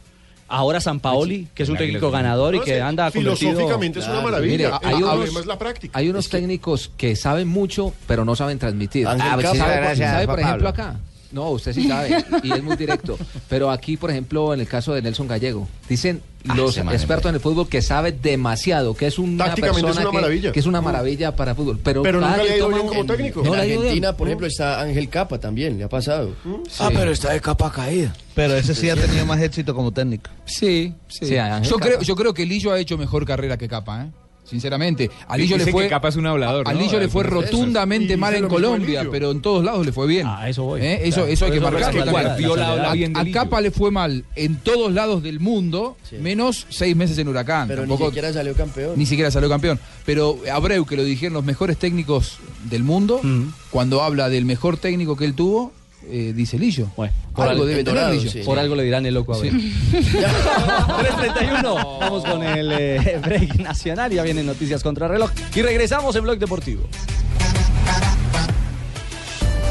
S5: Ahora San Paoli, que es un
S9: El águila
S5: técnico
S9: tiene.
S5: ganador y
S9: No,
S5: que
S9: sí,
S5: anda convertido-
S7: filosóficamente es una
S9: Ah,
S7: maravilla.
S9: Mire,
S7: El
S9: hay
S7: problema
S9: unos,
S7: es la práctica.
S9: hay unos técnicos que saben mucho, pero no saben transmitir.
S18: Ángel
S9: pues ¿Sabe,
S18: Capa,
S9: por-
S18: Ah, gracias,
S9: sabe, por
S18: Juan
S9: ejemplo,
S18: Pablo.
S9: acá? No, usted sí sabe, y es muy directo. Pero aquí, por ejemplo, en el caso de Nelson Gallego, dicen
S18: Ah,
S9: los
S18: ese man es
S9: expertos en el fútbol que sabe demasiado, que es una
S15: Tácticamente es
S9: persona
S15: una
S9: que,
S15: maravilla. Mm.
S9: que es una maravilla para el fútbol. Pero,
S15: Pero
S9: cada
S15: nunca
S9: quien
S15: le ha ido
S9: toma
S15: bien
S9: un-
S15: como técnico.
S9: No
S15: en
S9: le ha ido bien.
S15: Argentina, por ejemplo, está Ángel Capa también, le ha pasado.
S12: Ah, pero está de capa caída. Pero ese sí ha tenido
S11: más éxito como técnico. Sí, sí.
S12: Sí, Ángel
S11: yo,
S12: Capa.
S11: creo, yo creo que Lillo ha hecho mejor carrera que Capa, ¿eh? Sinceramente, a Lillo
S16: Dicen
S11: le fue
S16: que Capa es un hablador,
S11: a
S16: ¿no?
S11: Lillo le fue
S16: Algunas veces.
S11: rotundamente
S16: Y
S11: mal
S16: dice
S11: en
S16: lo mismo de
S11: Colombia,
S16: Lillo.
S11: pero en todos lados le fue bien. Ah,
S5: eso voy.
S11: ¿Eh? Eso,
S16: Claro.
S11: eso hay que
S16: Por eso
S11: marcarlo.
S16: es que
S11: también.
S16: Guardiola
S11: A-
S16: habla bien de
S11: a,
S16: Lillo.
S11: Capa le fue mal en todos lados del mundo, menos seis meses en Huracán.
S15: Pero ni
S11: Tampoco-
S15: siquiera salió campeón.
S11: ni siquiera salió campeón. Pero Abreu, que lo dijeron los mejores técnicos del mundo, cuando habla del mejor técnico que él tuvo, eh, dice Lillo.
S5: Por
S11: algo
S5: algo,
S11: debe tener Lillo.
S5: Por algo le dirán el loco a ver. 3.31. Vamos con el eh, break nacional. Ya vienen noticias contra reloj. Y regresamos en Blog Deportivo.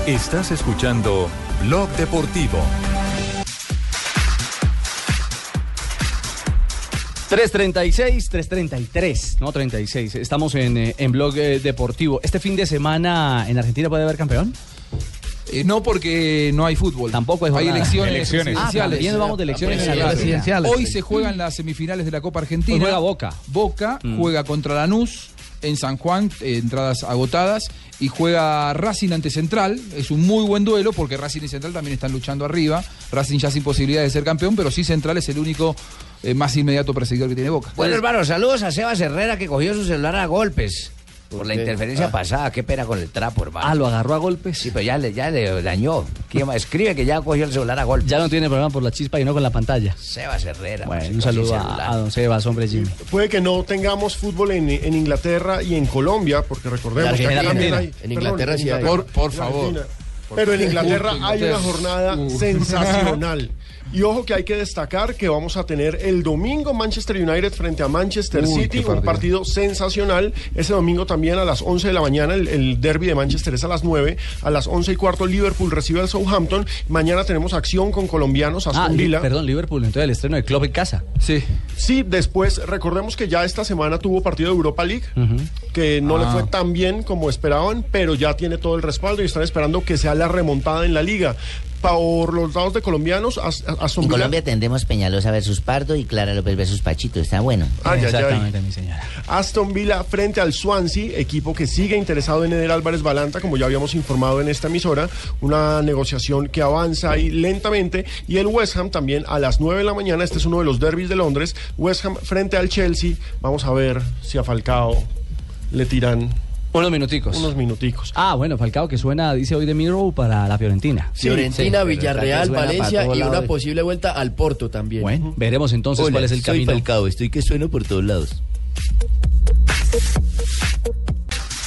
S1: Estás escuchando Blog Deportivo.
S5: 336, 333, no 36. Estamos en, eh, en blog eh, deportivo. ¿Este fin de semana en Argentina puede haber campeón?
S11: Eh, no porque no hay fútbol.
S5: Tampoco hay,
S11: Hay
S5: jornada.
S11: elecciones,
S5: Ah,
S11: presidenciales.
S5: también vamos de elecciones
S16: Pues,
S11: Presidenciales.
S5: presidenciales.
S11: Hoy se juegan las semifinales de la Copa Argentina.
S5: Hoy Pues
S16: Pues
S5: juega Boca. Mm.
S11: Boca juega contra Lanús en San Juan, eh, entradas agotadas, y juega Racing ante Central. Es un muy buen duelo porque Racing y Central también están luchando arriba. Racing ya sin posibilidad de ser campeón, pero sí Central es el único eh, más inmediato perseguidor que tiene Boca.
S18: Bueno, hermano, saludos a Sebas Herrera que cogió su celular a golpes. Por la
S11: qué?
S18: interferencia
S11: Ah.
S18: pasada, qué pena con el trapo, hermano. Ah, lo agarró a golpes. Sí, pero ya le, ya le dañó. ¿Quién más? Escribe que ya cogió el celular a golpes.
S5: Ya no tiene problema por la chispa y no con la pantalla.
S18: Sebas Herrera.
S5: Bueno,
S18: chico,
S5: un saludo
S18: sin
S5: a, a don Sebas, hombre Jimmy.
S7: Puede que no tengamos fútbol en, en Inglaterra y en Colombia, porque recordemos que
S15: En
S7: aquí
S15: Argentina.
S7: también hay-
S15: En
S7: perdón,
S15: Inglaterra sí hay. Por- por
S7: En
S15: favor.
S7: Argentina.
S15: Por
S7: Pero en
S15: favor.
S7: Inglaterra
S15: Uy,
S7: hay una
S15: Inglaterra.
S7: jornada
S15: Uh.
S7: sensacional. Y ojo que hay que destacar que vamos a tener el domingo Manchester United frente a Manchester
S22: Uy, qué
S7: City, un
S22: partido.
S7: partido sensacional. Ese domingo también a las 11 de la mañana, el, el derby de Manchester es a las 9. A las 11 y cuarto Liverpool recibe al Southampton. Mañana tenemos acción con colombianos, Aston
S5: Ah, Li-
S7: Villa.
S5: perdón, Liverpool, entonces el estreno de Klopp en casa.
S11: Sí.
S7: Sí, después recordemos que ya esta semana tuvo partido de Europa League, que no le
S5: Ah.
S7: fue tan bien como esperaban, pero ya tiene todo el respaldo y están esperando que sea la remontada en la liga. Por los lados de colombianos, As- Aston
S2: En
S7: Villa-
S2: Colombia tendremos Peñalosa versus Pardo y Clara López versus Pachito. Está bueno.
S7: Ay, ay, ay. Exactamente,
S5: mi señora.
S7: Aston Villa frente al Swansea, equipo que sigue interesado en Eder Álvarez Balanta, como ya habíamos informado en esta emisora, una negociación que avanza ahí lentamente, y el West Ham también a las 9 de la mañana, este es uno de los derbis de Londres, West Ham frente al Chelsea, vamos a ver si a Falcao le tiran
S5: unos minuticos.
S7: Unos minuticos.
S5: Pues Ah, bueno, Falcao que suena, dice hoy de Miro para la Fiorentina.
S15: Fiorentina,
S5: Sí.
S15: Villarreal, Valencia y una posible vuelta al Porto también.
S5: Bueno, veremos entonces cuál es el camino.
S2: estoy que sueno por todos lados.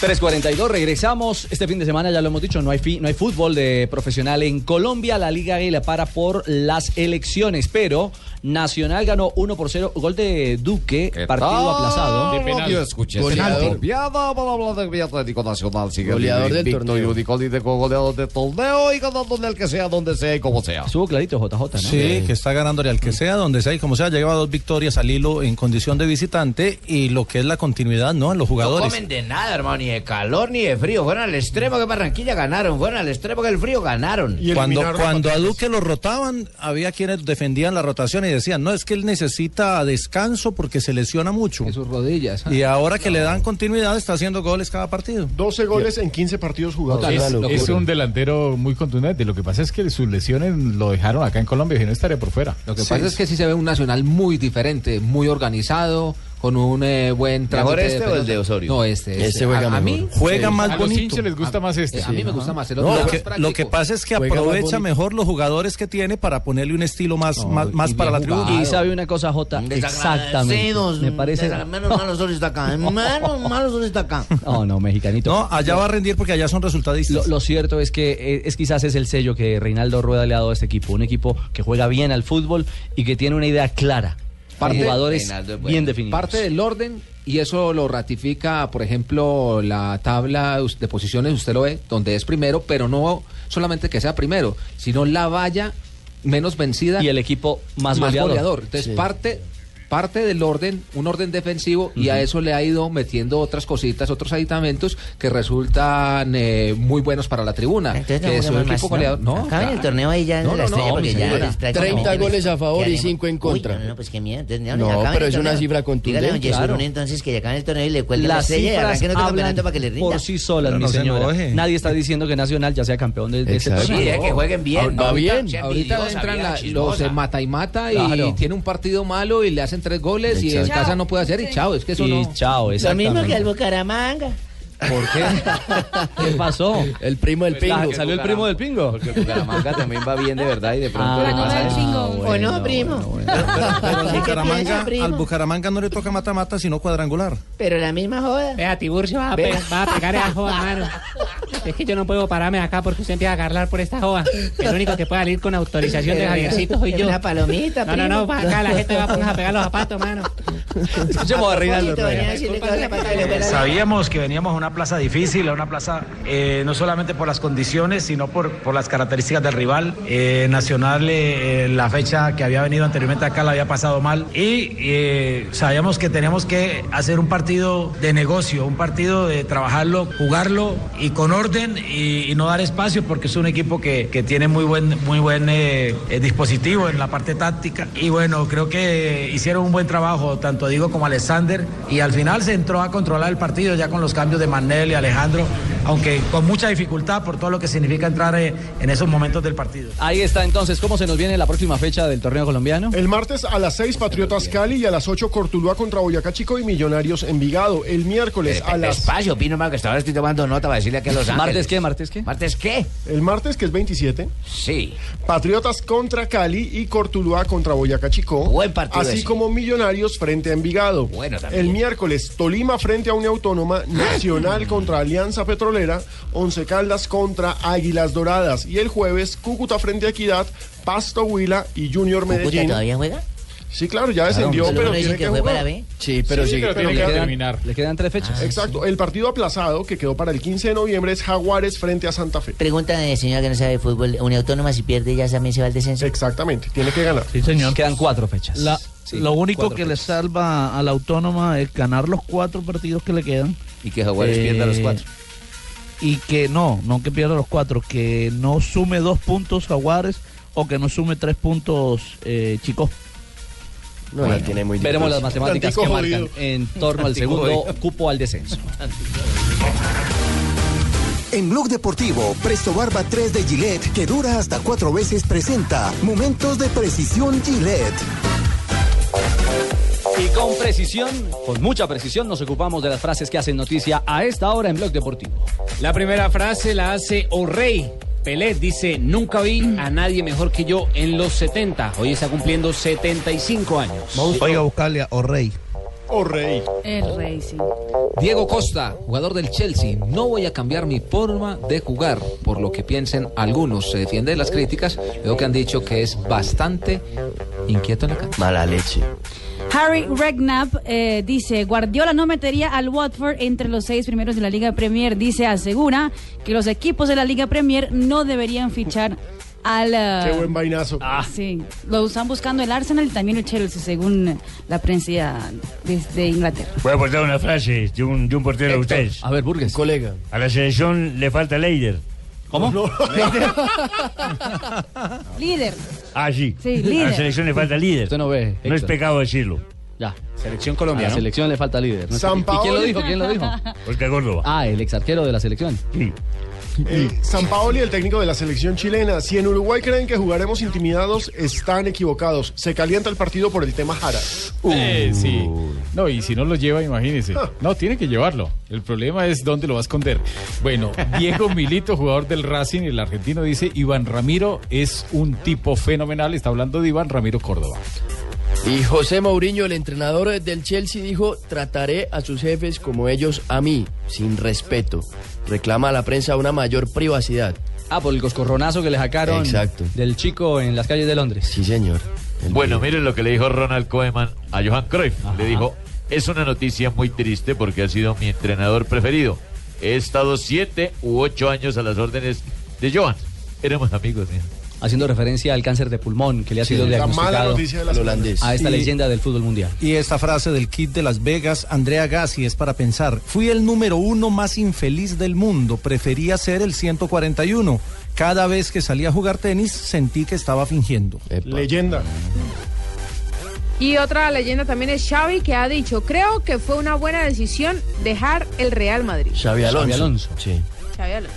S5: 3.42, regresamos. Este fin de semana, ya lo hemos dicho, no hay, fi- no hay fútbol de profesional en Colombia. La Liga Águila para por las elecciones, pero Nacional ganó 1 por 0. Gol de Duque, partido
S29: Ah,
S27: tal?
S5: aplazado.
S27: De penal. Yo escuché ese penal. Piada para hablar de Atlético Nacional. Sigue
S5: Goleador del
S27: invicto
S5: torneo.
S27: Y único líder con goleador del torneo y ganándole al que sea, donde sea y como sea.
S5: Estuvo clarito JJ, ¿no?
S26: Sí, que está ganándole
S16: Mm.
S26: al que sea, donde sea y como sea. Lleva dos victorias al hilo en condición de visitante y lo que es la continuidad, ¿no? En los
S18: No
S26: jugadores.
S18: comen de nada, hermano, ni de calor ni de frío. Fueron al extremo que Barranquilla ganaron, fueron al extremo que el frío ganaron.
S26: Cuando, cuando a Duque lo rotaban, había quienes defendían la rotación y decían, no, es que él necesita descanso porque se lesiona mucho. sus
S11: rodillas.
S26: Y ahora que le dan continuidad, está haciendo goles cada partido.
S7: 12 goles en 15 partidos jugados.
S8: Es, es un delantero muy contundente. Lo que pasa es que sus lesiones lo dejaron acá en Colombia y no estaría por fuera.
S9: Lo que pasa es que sí se ve un Nacional muy diferente, muy organizado, con un eh, buen trabajo.
S29: ¿Mejor este o el de Osorio?
S9: No, este.
S29: Este juega
S9: a, a
S29: mejor.
S9: mí,
S26: Juega más
S9: a los
S26: bonito. eh,
S9: hinchas les gusta más este. A, mí me gusta más el
S26: No,
S9: otro.
S26: lo,
S9: más
S26: que,
S9: práctico.
S26: lo que pasa es que
S9: Juega más
S26: aprovecha
S9: bonito.
S26: mejor los jugadores que tiene para ponerle un estilo más, más, más para la tribuna.
S5: Y sabe una cosa, J. Exactamente.
S2: Desagradecidos,
S5: Me parece.
S2: Menos mal Osorio está acá. Menos mal Osorio está acá.
S5: No, no, mexicanito.
S26: No, allá va a rendir porque allá son resultadistas.
S5: Lo, lo cierto es que eh, es quizás es el sello que Reinaldo Rueda le ha dado a este equipo. Un equipo que juega bien al fútbol y que tiene una idea clara.
S9: Parte-
S5: jugadores
S9: Reinaldo es bueno.
S5: bien definidos.
S9: Parte del orden, y eso lo ratifica, por ejemplo, la tabla us- de posiciones, usted lo ve, donde es primero, pero no solamente que sea primero, sino la valla menos vencida.
S5: Y el equipo más goleador.
S9: Entonces,
S5: Sí.
S9: parte parte del orden, un orden defensivo, y a eso le ha ido metiendo otras cositas, otros aditamentos que resultan eh, muy buenos para la tribuna.
S2: Entonces no
S9: que es un
S2: juguemos más,
S9: equipo goleador.
S2: ¿no?
S9: No,
S2: Acaben el torneo ahí ya en la estrella porque ya es prácticamente-
S15: 30 goles a favor
S2: ¿Qué
S15: y
S2: haremos?
S15: 5 en
S2: Uy,
S15: contra.
S2: no, no, pues qué miedo. Entonces, no,
S15: No,
S2: acaben
S15: pero
S2: el
S15: es una
S2: torneo.
S15: cifra
S2: Dígale a don
S15: contundente.
S2: Yesurún,
S15: Claro.
S2: entonces que ya acaben el torneo y le cuelguen la
S5: Las
S2: estrella y
S5: cifras
S2: arranquen otro
S5: hablan
S2: campeonato para que le rinda.
S5: por sí solas,
S2: Pero
S5: mi
S2: no se
S5: señora.
S2: enoje.
S5: Nadie está diciendo que Nacional ya sea campeón de, de este
S2: Exacto.
S5: torneo.
S2: Sí, de que jueguen bien,
S9: Ah, Va
S2: Va
S9: bien.
S2: bien.
S9: Ahorita,
S2: Chismosa,
S9: entran
S2: vieja
S9: la-
S2: chismosa.
S9: los eh, mata y mata y
S5: Claro.
S9: tiene un partido malo y le hacen tres goles y en
S5: Chao.
S9: casa no puede hacer y chao, es que eso
S5: Y
S9: no.
S5: chao,
S2: Lo mismo que
S5: exactamente.
S2: el Bucaramanga.
S5: ¿Por qué? ¿Qué pasó? Pues El primo del
S29: Pingo.
S5: Salió el primo del pingo. Porque
S29: Bucaramanga también va bien de verdad y de pronto
S5: Ah,
S29: le pasa
S5: bueno,
S29: eso.
S2: ¿O no, primo?
S26: Pero al
S2: ¿Qué piensa,
S26: Bucaramanga,
S2: primo?
S26: al Bucaramanga no le toca mata-mata, sino cuadrangular.
S2: Pero la misma joda. Vea, Tiburcio va
S26: a pe-
S2: va a pegar a joda,
S13: Es que yo no puedo pararme acá porque usted empieza a agarrar por esta joa. El único que puede salir con autorización de Javiercito soy yo.
S18: Una palomita,
S13: No, no, no,
S18: primo.
S13: para acá la gente va a poner a pegar los zapatos, mano.
S5: Yo me voy a reír al
S18: Te
S5: otro
S18: venía a
S5: día.
S18: decirle que los zapatos le vuelan.
S25: Sabíamos que veníamos a una plaza difícil, a una plaza eh, no solamente por las condiciones, sino por, por las características del rival. Eh, Nacional, eh, eh, la fecha que había venido anteriormente acá la había pasado mal. Y eh, sabíamos que teníamos que hacer un partido de negocio, un partido de trabajarlo, jugarlo y con orden y, y no dar espacio porque es un equipo que, que tiene muy buen, muy buen eh, eh, dispositivo en la parte táctica. Y bueno, creo que hicieron un buen trabajo, tanto Diego como Alexander. Y al final se entró a controlar el partido ya con los cambios de Manel y Alejandro, aunque con mucha dificultad por todo lo que significa entrar eh, en esos momentos del partido.
S5: Ahí está entonces, ¿cómo se nos viene la próxima fecha del torneo colombiano?
S7: El martes a las 6 Patriotas Cali y a las 8 Cortuluá contra Boyacá Chico y Millonarios Envigado. El miércoles a las
S2: Espacio, opino mal que hasta ahora estoy tomando nota para decirle aquí a los ángeles.
S7: qué?
S5: ¿Martes qué?
S7: ¿Martes qué? El martes que es 27. Sí. Patriotas contra Cali y Cortuluá contra Boyacá Chicó. Buen
S2: partido
S7: Así
S2: ese.
S7: como Millonarios frente a Envigado.
S2: Bueno, también.
S7: El miércoles Tolima frente a Unión Autónoma, Nacional contra Alianza Petrolera, Once Caldas contra Águilas Doradas. Y el jueves Cúcuta frente a Equidad, Pasto Huila y Junior
S2: ¿Cúcuta
S7: Medellín.
S2: todavía juega?
S7: Sí, claro, ya
S2: Claro,
S7: descendió,
S2: pero
S7: pero
S2: uno dice
S7: tiene
S2: que
S7: que,
S2: fue
S7: jugar.
S2: para B.
S5: Sí, pero sí, pero
S7: le
S5: le
S7: quedan-
S5: quedan, le quedan tres fechas.
S7: Exacto. El partido aplazado que quedó para el 15 de noviembre es Jaguares frente a Santa Fe.
S2: Pregunta de señora que no sabe de fútbol. Una autónoma si pierde ya también se va al descenso.
S7: Exactamente, tiene que ganar.
S2: Sí,
S26: señor.
S5: Quedan cuatro fechas.
S19: La-
S2: Sí,
S19: lo único
S2: cuatro
S19: que le salva a la autónoma es ganar los cuatro partidos que le quedan. Eh,
S29: Y que Jaguares pierda los cuatro.
S19: Y que no, no que pierda los cuatro, que no sume dos puntos Jaguares o que no sume tres puntos eh, Chico.
S15: No, la tiene muy difícil.
S5: Veremos las matemáticas que
S15: Tantico
S5: marcan
S15: jodido.
S5: en torno al
S15: Tantico
S5: segundo
S15: jodido.
S5: cupo al descenso.
S17: En Blog Deportivo, Presto Barba 3 de Gillette, que dura hasta cuatro veces, presenta Momentos de Precisión Gillette.
S5: Y con precisión, con mucha precisión, nos ocupamos de las frases que hacen noticia a esta hora en Blog Deportivo.
S23: La primera frase la hace O'Reilly. Pelé dice, nunca vi a nadie mejor que yo en los 70. Hoy está cumpliendo 75 años.
S19: Oiga, buscarle a Orrey.
S7: Orrey.
S25: El rey, sí.
S9: Diego Costa, jugador del Chelsea, no voy a cambiar mi forma de jugar, por lo que piensen algunos. Se defiende de las críticas, veo que han dicho que es bastante inquieto en la cancha.
S15: Mala leche.
S25: Harry Regnap eh, dice, Guardiola no metería al Watford entre los seis primeros de la Liga Premier. Dice, asegura que los equipos de la Liga Premier no deberían fichar al... eh,
S5: Ah.
S7: Qué buen vainazo.
S25: Sí, lo están buscando el Arsenal y también el Chelsea, según la prensa desde Inglaterra.
S28: Voy a aportar una frase de un, de un portero de
S5: Héctor,
S28: ustedes.
S5: A ver, Burgues.
S28: Colega. A la selección le falta líder.
S5: ¿Cómo?
S25: Líder.
S28: Ah, sí.
S25: Sí,
S28: A
S25: líder.
S28: la selección le falta líder.
S5: Usted no ve.
S28: No es
S5: Héctor.
S28: pecado decirlo.
S5: Ya.
S28: Selección
S5: A la selección le falta líder. ¿no?
S28: San
S5: ¿Y quién lo
S28: Paoli.
S5: dijo? ¿Quién lo dijo?
S28: Oscar Córdoba.
S5: Ah, el ex arquero de la selección.
S15: Mm,
S7: Eh, San Paoli, el técnico de la selección chilena. Si en Uruguay creen que jugaremos intimidados, están equivocados. Se calienta el partido por el tema Jara.
S8: Eh, sí. No, y si no lo lleva, imagínese. No, tiene que llevarlo. El problema es dónde lo va a esconder. Bueno, Diego Milito, jugador del Racing, el argentino, dice, Iván Ramiro es un tipo fenomenal. Está hablando de Iván Ramiro Córdoba.
S15: Y José Mourinho, el entrenador del Chelsea, dijo, trataré a sus jefes como ellos a mí, sin respeto. Reclama a la prensa una mayor privacidad.
S5: Ah, por el coscorronazo que le sacaron
S15: Exacto.
S5: del chico en las calles de Londres.
S15: Sí, señor.
S29: Bueno, miren lo que le dijo Ronald Koeman a Johan Cruyff. Le dijo, es una noticia muy triste porque ha sido mi entrenador preferido. He estado siete u ocho años a las órdenes de Johan. Éramos amigos. mira.
S5: Haciendo referencia al cáncer de pulmón que le ha
S26: Sí,
S5: sido
S26: la
S5: diagnosticado
S26: mala noticia de la
S5: al
S26: semana.
S5: holandés. a esta
S26: Y-
S5: leyenda del fútbol mundial.
S26: Y esta frase del kit de Las Vegas, Andrea Gassi, es para pensar. Fui el número uno más infeliz del mundo. Prefería ser el 141. Cada vez que salía a jugar tenis, sentí que estaba fingiendo.
S7: Leyenda.
S31: Y otra leyenda también es Xavi que ha dicho, creo que fue una buena decisión dejar el Real Madrid.
S15: Xavi Alonso. Sí.
S31: Xavi Alonso.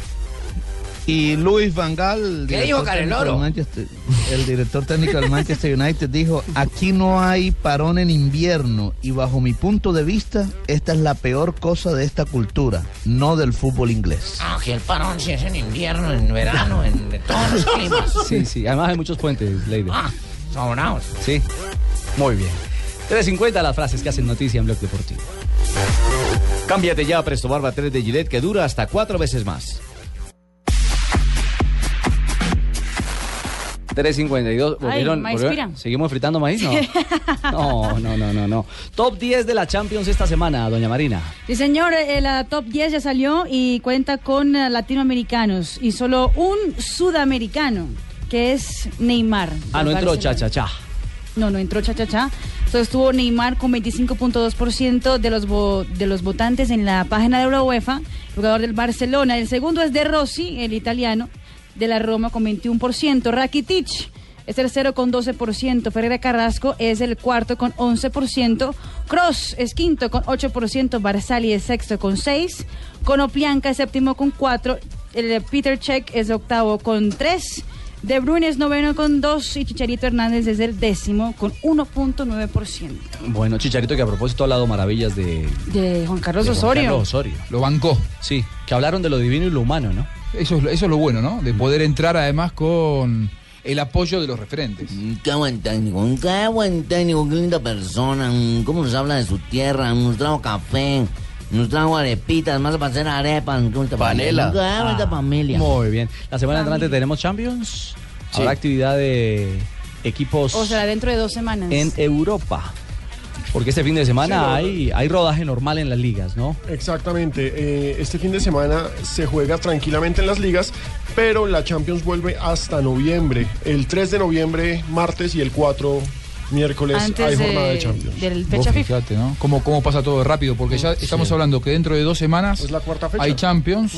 S19: Y Luis Van Gaal,
S31: ¿Qué
S19: director
S31: dijo Karen
S19: técnico del
S31: Loro?
S19: Manchester- el director técnico del Manchester United, dijo, aquí no hay parón en invierno y bajo mi punto de vista, esta es la peor cosa de esta cultura, no del fútbol inglés.
S2: Ah, que el parón si es en invierno, en verano, en de todos los climas.
S5: Sí, sí. Además hay muchos puentes, Leider.
S23: Ah,
S2: Sobraos.
S5: Sí. Muy bien. 3.50 las frases que hacen noticia en Blog Deportivo.
S29: Cámbiate ya a Presto Barba 3 de Gillette que dura hasta cuatro veces más.
S5: 3.52. ¿Volvieron?
S6: maíz
S5: volvieron.
S6: pira.
S5: ¿Seguimos fritando maíz? No. no, no, no, no, no. Top 10 de la Champions esta semana, doña Marina.
S6: Sí, señor, eh, la top 10 ya salió y cuenta con eh, latinoamericanos y solo un sudamericano, que es Neymar.
S5: Ah,
S6: del
S5: no entró,
S6: Barcelona.
S5: cha, cha, cha.
S6: No, no entró cha cha cha. Entonces estuvo Neymar con 25.2% de los vo- de los votantes en la página de la UEFA, jugador del Barcelona. El segundo es De Rossi, el italiano de la Roma con 21%, Rakitic es tercero con 12%, Ferreira Carrasco es el cuarto con 11%, Cross es quinto con 8%, Barzali es sexto con 6, Konoplianka es séptimo con 4, el Peter Check es octavo con 3. De Bruyne es noveno con 2 y Chicharito Hernández es el décimo con 1.9%
S5: Bueno, Chicharito, que a propósito ha hablado maravillas de.
S6: de Juan Carlos
S5: de Juan
S6: Osorio.
S5: Carlos Osorio.
S11: Lo bancó.
S5: Sí, que hablaron de lo divino y lo humano, ¿no?
S11: Eso es, lo- eso es lo bueno, ¿no? De poder entrar además con el apoyo de los referentes.
S2: Qué buen técnico, qué buen técnico, qué linda persona. mm, Cómo nos habla de su tierra,
S18: Mm,
S2: nos trajo café, nos trajo arepitas, más para hacer arepas. qué bonita
S5: Panela.
S2: familia, Qué bonita
S5: Ah,
S2: familia.
S5: Muy bien. La semana entrante tenemos Champions. Habrá actividad de equipos
S6: O sea, dentro de dos semanas.
S5: en Europa. Porque este fin de
S7: Sí, no.
S5: semana hay, hay rodaje normal en las ligas, ¿no?
S7: Exactamente. eh, este fin de semana se juega tranquilamente en las ligas, pero la Champions vuelve hasta noviembre. El 3 de noviembre, martes, y el 4 miércoles
S6: Antes
S7: hay jornada de,
S6: de-
S7: Champions.
S6: del fecha
S11: Vos
S6: FIFA.
S11: fíjate, ¿no? Cómo, cómo pasa todo rápido, porque ya estamos hablando que dentro de dos semanas
S7: Es la cuarta fecha.
S11: hay Champions,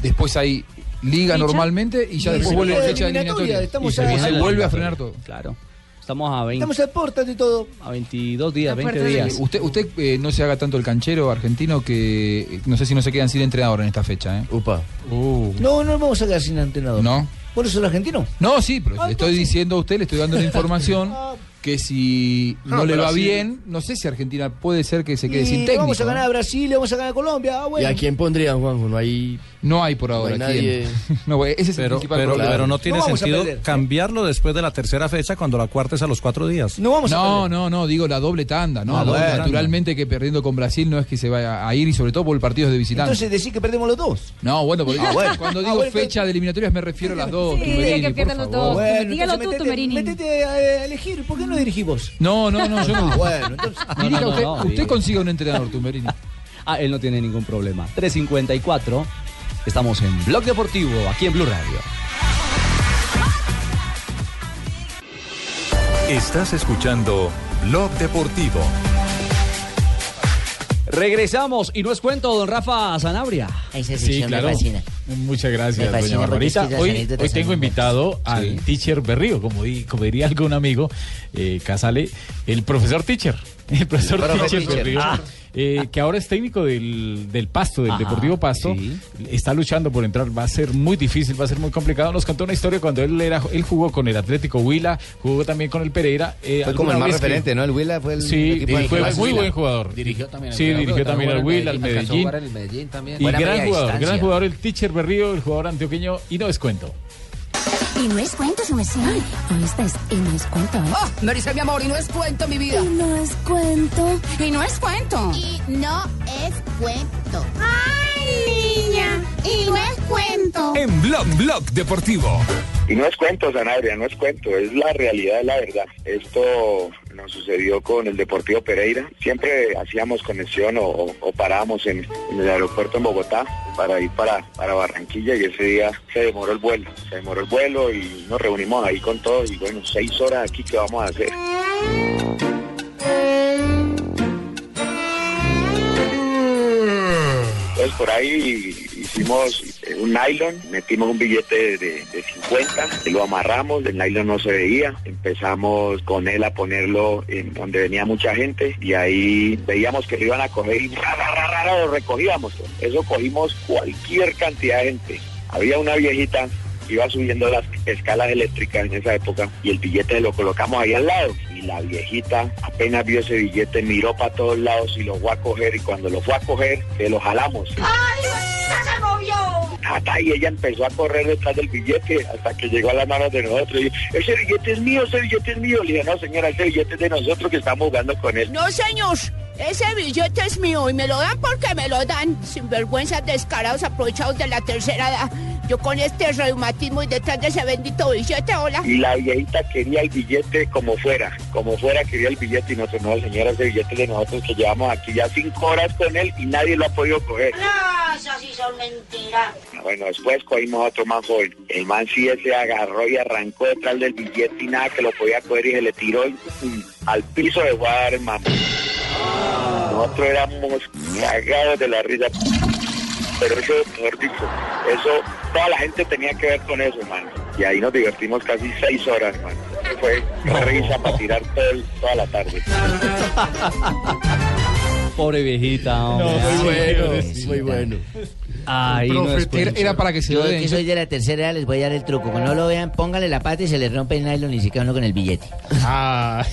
S11: después hay Liga
S7: Fecha.
S11: normalmente y ya
S7: Y
S11: después
S7: el
S11: vuelve la
S7: grupo de
S11: fecha de
S7: eliminatoria,
S11: eliminatoria.
S7: estamos
S11: Y se
S7: ya-
S11: vuelve-
S7: Estamos
S11: vuelve a
S7: en
S11: frenar todo.
S5: Claro. Estamos a 20.
S7: Estamos a puertas de todo.
S5: A 22 días, 20
S11: 20
S5: días.
S11: Usted, usted eh, no se haga tanto el canchero argentino que eh, no sé si no se quedan sin entrenador en esta fecha, ¿eh?
S15: Upa.
S18: No, no vamos a quedar sin entrenador.
S11: No.
S18: ¿Por eso el argentino?
S11: No, sí, pero le estoy diciendo a usted, le estoy dando la información que si
S18: Ah,
S11: no, le
S18: pero
S11: va
S18: sí.
S11: bien, no sé si Argentina puede ser que se quede
S18: Y
S11: sin
S18: le
S11: técnico. ¿eh?
S18: vamos a ganar a
S11: ¿no?
S18: Brasil, le vamos a ganar a Colombia. Ah, bueno.
S15: ¿Y a quién pondrían, Juanjo? No hay.
S11: No hay por
S15: ahora.
S11: ¿quién?
S15: nadie.
S11: No, ese es
S26: Pero,
S11: el principal
S26: pero,
S11: problema.
S26: pero no tiene
S11: vamos a
S26: sentido
S11: perder.
S26: cambiarlo después de la tercera fecha cuando la cuarta es a los cuatro días.
S11: No, no, no, digo la doble tanda, ¿no?
S26: Ah, bueno.
S11: Naturalmente que perdiendo con Brasil no es que se vaya a ir y sobre todo por partidos de visitante.
S18: Entonces decir que perdemos los dos.
S11: no, bueno, porque
S18: Ah, bueno.
S11: cuando
S18: Ah,
S11: digo
S18: bueno,
S11: fecha de eliminatorias me refiero a las dos.
S6: Sí,
S11: Tumberini,
S6: que
S11: por
S6: pierdan los
S11: favor.
S6: dos.
S18: Bueno,
S6: Dígalo tú,
S18: entonces
S6: Tumerini.
S18: Métete a,
S20: eh,
S18: a elegir, ¿por qué no dirigimos?
S11: No, no, no, yo no.
S18: Ah, Bueno, entonces.
S11: Dirija
S5: no,
S11: usted,
S5: no,
S11: usted
S5: digo.
S11: consiga un entrenador, Tumberini.
S5: Ah, él no tiene ningún problema. 354. Estamos en Blog Deportivo, aquí en Blue Radio.
S1: Estás escuchando Blog Deportivo.
S5: Regresamos y no es cuento, don Rafa Sanabria.
S18: Esa
S8: Muchas gracias,
S5: Me fascina,
S8: doña
S5: porque es
S8: Barbarita.
S5: que las
S8: Hoy,
S5: anécdotas
S8: hoy
S5: son
S8: tengo
S5: muy
S8: invitado al teacher Berrío, como, di- como diría algún amigo, eh, Casale, el profesor teacher. El profesor
S28: Profesor
S8: teacher,
S28: teacher.
S8: Berrío,
S28: Ah.
S8: eh, que ahora es técnico del, del Pasto, del
S28: Ajá,
S8: Deportivo Pasto. Está luchando por entrar, va a ser muy difícil, va a ser muy complicado. Nos contó una historia cuando él era él jugó con el Atlético Huila, jugó también con el Pereira. eh,
S12: Fue como
S8: alguna
S12: el
S8: vez
S12: más
S8: que-
S12: referente, ¿no? El Huila fue el
S8: Sí,
S12: equipo al que
S8: fue
S12: más
S8: muy
S12: Huila.
S8: buen jugador.
S12: Dirigió también al
S8: Sí,
S12: Huila,
S8: dirigió
S12: pero
S8: también al
S12: jugó en
S8: Huila, al
S12: Medellín, alcanzó a
S8: Medellín.
S12: jugar en el Medellín también.
S8: Y
S12: Buena
S8: gran
S12: media
S8: jugador,
S12: distancia.
S8: gran jugador el teacher Berrío, el jugador antioqueño, y no es cuento.
S21: Y no es cuento, su merced. Ahí está, es- y no es cuento. ¿eh?
S20: Ah,
S16: Oh, me dice mi amor, y no es cuento mi vida.
S21: Y no es cuento.
S16: Y no es cuento.
S21: Y no es cuento. ¡Ay, niña! Y no es cuento.
S14: En Blog Blog Deportivo.
S30: Y no es cuento, Sanabria, no es cuento, es la realidad de la verdad. Esto nos sucedió con el Deportivo Pereira. Siempre hacíamos conexión o, o parábamos en, en el aeropuerto en Bogotá para ir para, para Barranquilla y ese día se demoró el vuelo. Se demoró el vuelo y nos reunimos ahí con todos y bueno, seis horas aquí, ¿qué vamos a hacer?
S6: Mm.
S30: Entonces por ahí hicimos un nylon, metimos un billete de, de 50, lo amarramos, el nylon no se veía, empezamos con él a ponerlo en donde venía mucha gente y ahí veíamos que lo iban a coger y ra, ra, ra, ra, ra, lo recogíamos. Eso cogimos cualquier cantidad de gente. Había una viejita que iba subiendo las escalas eléctricas en esa época y el billete lo colocamos ahí al lado y la viejita apenas vio ese billete miró para todos lados y lo fue a coger y cuando lo fue a coger se lo jalamos
S16: ¡Ay, se movió!
S30: Tata, y ella empezó a correr detrás del billete hasta que llegó a las manos de nosotros. Y, ese billete es mío, ese billete es mío. Le dije, no señora, ese billete es de nosotros que estamos jugando con él.
S16: No, señor. Ese billete es mío y me lo dan porque me lo dan. Sinvergüenzas, descarados, aprovechados de la tercera edad. Yo con este reumatismo y detrás de ese bendito billete, hola.
S30: Y la viejita quería el billete como fuera, como fuera quería el billete y nosotros, no, señora, ese billete de nosotros que llevamos aquí ya cinco horas con él y nadie lo ha podido coger.
S21: No, esas sí son mentiras.
S30: Ah, Bueno, después cogimos a otro más joven. El man sí se agarró y arrancó detrás del billete y nada que lo podía coger y se le tiró y, y al piso de Guadalajara, mamá. Nosotros éramos cagados de la risa. Pero eso, mejor dicho, eso, toda la gente tenía que ver con eso, hermano. Y ahí nos divertimos casi seis horas, hermano. Fue risa para tirar todo el- toda la tarde.
S5: Pobre viejita, hombre.
S15: muy bueno,
S5: pobrecita.
S15: muy bueno.
S5: Ahí no es por eso.
S18: Yo que soy de la tercera edad, les voy a dar el truco. Cuando no lo vean, póngale la pata y se le rompe el nylon y se queda uno con el billete.
S5: Ah,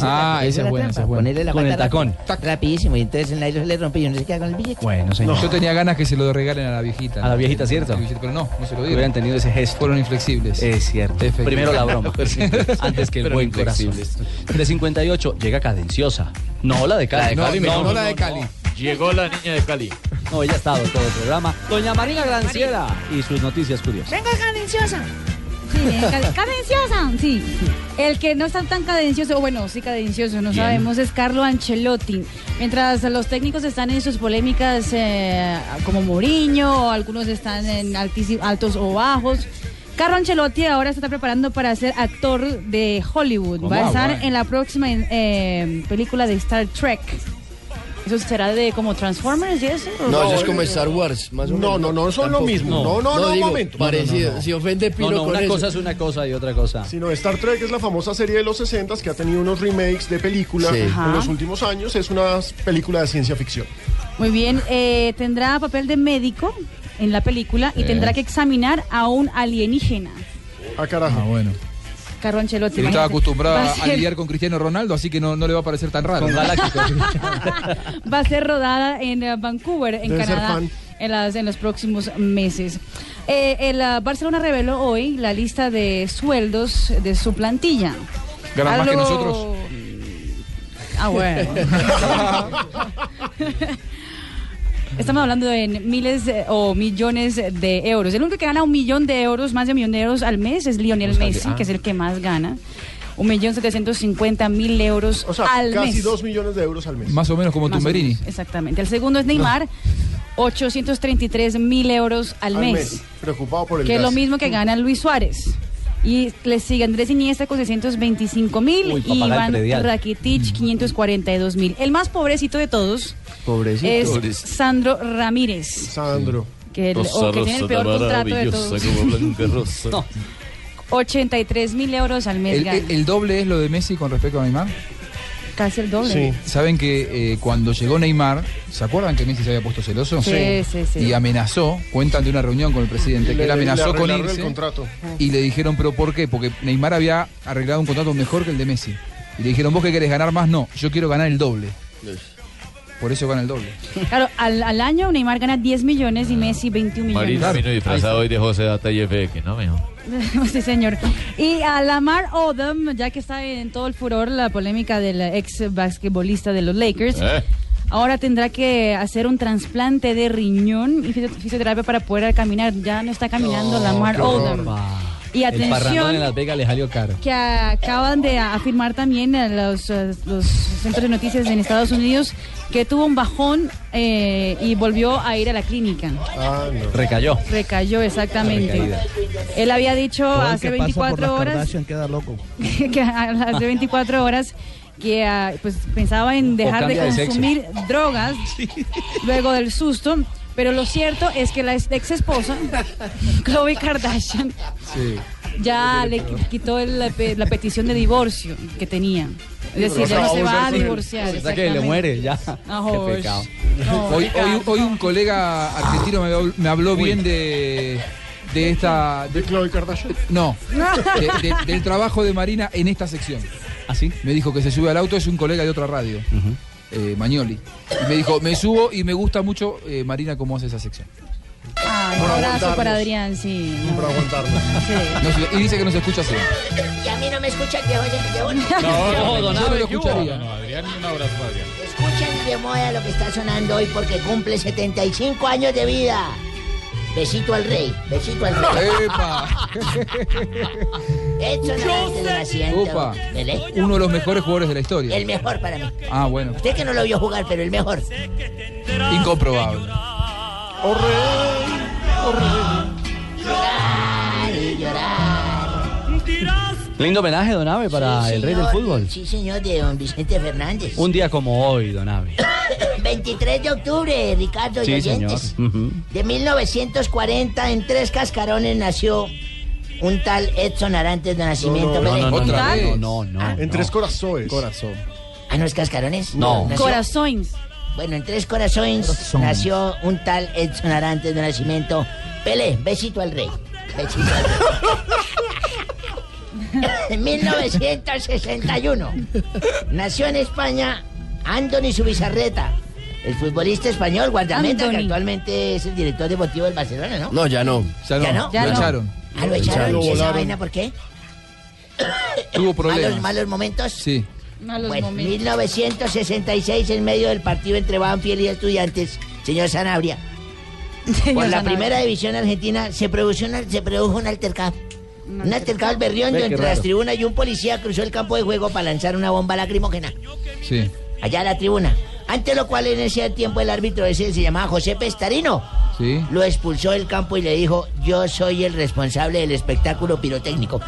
S5: ah esa es buena, esa es buena.
S18: Ponerle la
S5: Con el
S18: pata
S5: tacón.
S18: rápido, Rapidísimo. Y entonces el nylon se le rompe y uno se queda con el billete.
S5: Bueno, señor.
S11: Yo tenía ganas que se lo regalen a la viejita.
S5: A la viejita, ¿cierto?
S11: Pero no, no se lo dieron.
S5: Hubieran tenido ese gesto.
S11: Fueron inflexibles.
S5: Es cierto. Primero la broma. antes que el
S11: Pero
S5: buen corazón.
S11: inflexibles.
S5: 358 llega cadenciosa. No la de
S29: La
S5: Cali.
S29: de Cali,
S5: no,
S29: no,
S5: la de Cali.
S29: Llegó la niña de Cali.
S5: No, ella ha estado todo el programa. Doña Marina Granciera y sus noticias curiosas.
S6: Venga, cadenciosa. Sí, venga, ca- cadenciosa. Sí. El que no está tan cadencioso, o bueno, sí cadencioso, no
S27: Bien.
S6: sabemos, es Carlo Ancelotti. Mientras los técnicos están en sus polémicas eh, como Mourinho, o algunos están en altísi- altos o bajos. Carlo Ancelotti ahora se está preparando para ser actor de Hollywood. Va
S27: ¿Cómo?
S6: a estar
S27: Ah, bueno.
S6: en la próxima eh, película de Star Trek. ¿Eso será de como Transformers y eso?
S15: No, eso es como Star Wars, más o menos.
S7: No, no, no, son lo
S15: Tampoco.
S7: mismo. No, no, no, un
S15: digo,
S7: momento.
S15: Parecido. Si ofende Pino
S7: No, no,
S15: con
S7: una
S15: eso.
S7: cosa es
S5: Una cosa y otra cosa.
S7: Sino Star Trek es la famosa serie de los 60 que ha tenido unos remakes de películas
S15: Sí.
S7: en
S6: Ajá.
S7: los últimos años. Es una película de ciencia ficción.
S6: Muy bien, eh, tendrá papel de médico en la película y
S7: Sí.
S11: Eh.
S6: tendrá que examinar a un alienígena.
S7: Ah, carajo. bueno.
S6: Carlo Ancelotti.
S11: Él estaba
S6: imagínate.
S11: acostumbrado
S6: Va
S11: a,
S6: a ser-
S11: lidiar con Cristiano Ronaldo, así que no, no le va a parecer tan raro. Con
S6: Va a ser rodada en eh, Vancouver, en
S11: Debe ser
S6: Canadá,
S11: fan.
S6: en, las- en los próximos meses. Eh, el ah, Barcelona reveló hoy la lista de sueldos de su plantilla.
S11: Ganan más que
S6: Algo-
S11: nosotros.
S6: Ah, bueno. Estamos hablando de miles eh, o millones de euros. El único que gana un millón de euros, más de un millón de euros al mes, es
S15: Pues
S6: Lionel
S7: sea,
S6: Messi,
S7: ah.
S6: que es el que más gana. Un millón setecientos cincuenta mil euros
S7: O sea,
S6: al
S7: casi
S6: mes.
S7: dos millones de euros al mes.
S11: Más o menos como
S6: Más o
S11: Tumberini.
S6: menos, Exactamente. El segundo es Neymar, 833 mil euros al, mes,
S7: Preocupado por el
S6: que es
S7: gas. Mm.
S6: lo mismo que gana Luis Suárez. Y le sigue Andrés Iniesta con 625 mil
S15: Uy, para
S6: y
S15: pagar el
S6: Iván
S15: predial. Mm.
S6: Rakitic 542 mil. El más pobrecito de todos
S15: Pobrecito.
S6: es
S15: Pobrecito.
S6: Sandro Ramírez. Sandro. Que, el- o que tiene el peor contrato de todos.
S29: No.
S6: 83 mil euros al mes
S11: El,
S6: gana.
S11: el- el doble es lo de Messi con respecto a Neymar.
S6: Casi el doble.
S11: Saben que eh, cuando llegó Neymar, ¿se acuerdan que Messi se había puesto celoso?
S6: Sí, sí, sí.
S11: Y amenazó, cuentan de una reunión con el presidente, que
S7: Le-
S11: él amenazó
S7: le
S11: con
S7: arreglaron
S11: irse.
S7: el contrato.
S11: Y le dijeron, ¿pero por qué? Porque Neymar había arreglado un contrato mejor que el de Messi. Y le dijeron, ¿vos que querés ganar más? No, yo quiero ganar el doble. Por eso gana el doble.
S6: Claro, al, al año Neymar gana 10 millones y Messi 21 millones.
S29: Marina vino disfrazado hoy de José Data y FX, ¿no, mijo?
S6: sí, señor. Y a Lamar Odom, ya que está en todo el furor la polémica del ex basquetbolista de los Lakers,
S29: Eh.
S6: ahora tendrá que hacer un trasplante de riñón y fisio- fisioterapia para poder caminar. Ya no está
S19: Oh,
S6: caminando Lamar Odom. Y
S5: El parrandón en
S6: atención
S5: Las Vegas le salió caro.
S6: que acaban de afirmar también eh, los, eh, los centros de noticias en Estados Unidos que tuvo un bajón eh, y volvió a ir a la clínica.
S5: Recayó.
S6: Recayó exactamente.
S19: Recaída.
S6: Él había dicho
S19: Todo el
S6: hace
S19: que pasa por
S6: 24
S19: las
S6: horas
S19: Kardashian queda loco.
S6: que a- hace 24 horas que ah, pues pensaba en dejar de
S19: cambia de sexo.
S6: consumir drogas luego del susto, pero lo cierto es que la ex esposa Khloe Kardashian ya le qui- quitó el- la, pe- la petición de divorcio que tenía. Es decir, ya no se va a divorciar.
S5: O sea que le
S6: exactamente.
S5: muere ya.
S6: Ah,
S5: Qué
S6: josh.
S5: pecado.
S11: hoy, hoy- hoy un colega argentino me habló, me habló bien de, de esta... ¿De
S7: Chloe Kardashian?
S11: No, de- de- del trabajo de Marina en esta sección.
S5: ¿Así?
S11: Me dijo que se sube al auto, es un colega de otra radio, eh, Mañoli. Y me dijo, me subo y me gusta mucho, eh, Marina, cómo hace esa sección.
S6: Ah, un
S11: Por
S6: abrazo
S11: aguantarnos.
S6: para Adrián, sí.
S7: Para aguantarnos.
S11: No sé, y dice que nos escucha siempre.
S21: Y a mí no me escucha el viejo ese que llevo.
S11: no, don Abe, ¿qué hubo?
S8: No, Adrián, un abrazo para Adrián.
S18: Escuchen de moda lo que está sonando hoy porque cumple 75 años de vida. Besito al rey, besito al rey.
S11: ¡Epa!
S18: Edson Arantes del asiento.
S11: Upa.
S18: del ex-
S11: Uno de los mejores jugadores de la historia.
S18: El mejor para mí.
S11: Ah, bueno.
S18: Usted que no lo vio jugar, pero el mejor.
S11: Incomprobable.
S7: Oh,
S18: Llorar y llorar.
S5: Lindo homenaje, Don Ave, para
S18: Sí,
S5: el rey del
S18: señor,
S5: fútbol.
S18: Sí, señor, de don Vicente Fernández.
S5: Un día como hoy, Don Ave.
S18: 23 de octubre, Ricardo y
S5: Sí, señor.
S18: oyentes. De 1940, en Tres Cascarones nació un tal Edson Arantes de Nacimiento.
S7: no, no, no,
S18: Vélez.
S7: no, ¿Otra no, vez?
S5: no, Ah, no,
S7: En
S5: no.
S7: Tres Corazones.
S18: Ah, ¿no es Cascarones?
S5: No.
S18: Nació- Bueno, en Tres Corazones nació un tal Edson Arantes de Nacimiento. Pele, besito al rey. Besito al rey. En 1961 nació en España Anthony Subizarreta, el futbolista español guardameta que
S6: Anthony.
S18: actualmente es el director deportivo del Barcelona, ¿no?
S15: No, ya no.
S11: Ya
S18: no, ¿Ya no? Ya
S11: lo
S18: no.
S11: echaron.
S18: Ah, lo echaron.
S11: Lo
S18: ¿Y esa
S11: volaron.
S18: vaina por qué?
S11: Tuvo problemas.
S18: Malos, malos momentos.
S11: Sí.
S6: Malos
S18: Bueno,
S6: momentos.
S18: 1966, en medio del partido entre Banfield y Estudiantes, señor Sanabria. Por la
S6: Sanabria.
S18: primera división argentina se produjo, una- se produjo un altercado. Un altercado al
S11: Ve,
S18: berriondo
S11: qué
S18: entre
S11: raro.
S18: las tribunas y un policía cruzó el campo de juego para lanzar una bomba lacrimógena
S11: Sí.
S18: allá a la tribuna. Ante lo cual en ese tiempo el árbitro ese se llamaba José Pestarino.
S11: Sí.
S18: Lo expulsó del campo y le dijo, yo soy el responsable del espectáculo pirotécnico.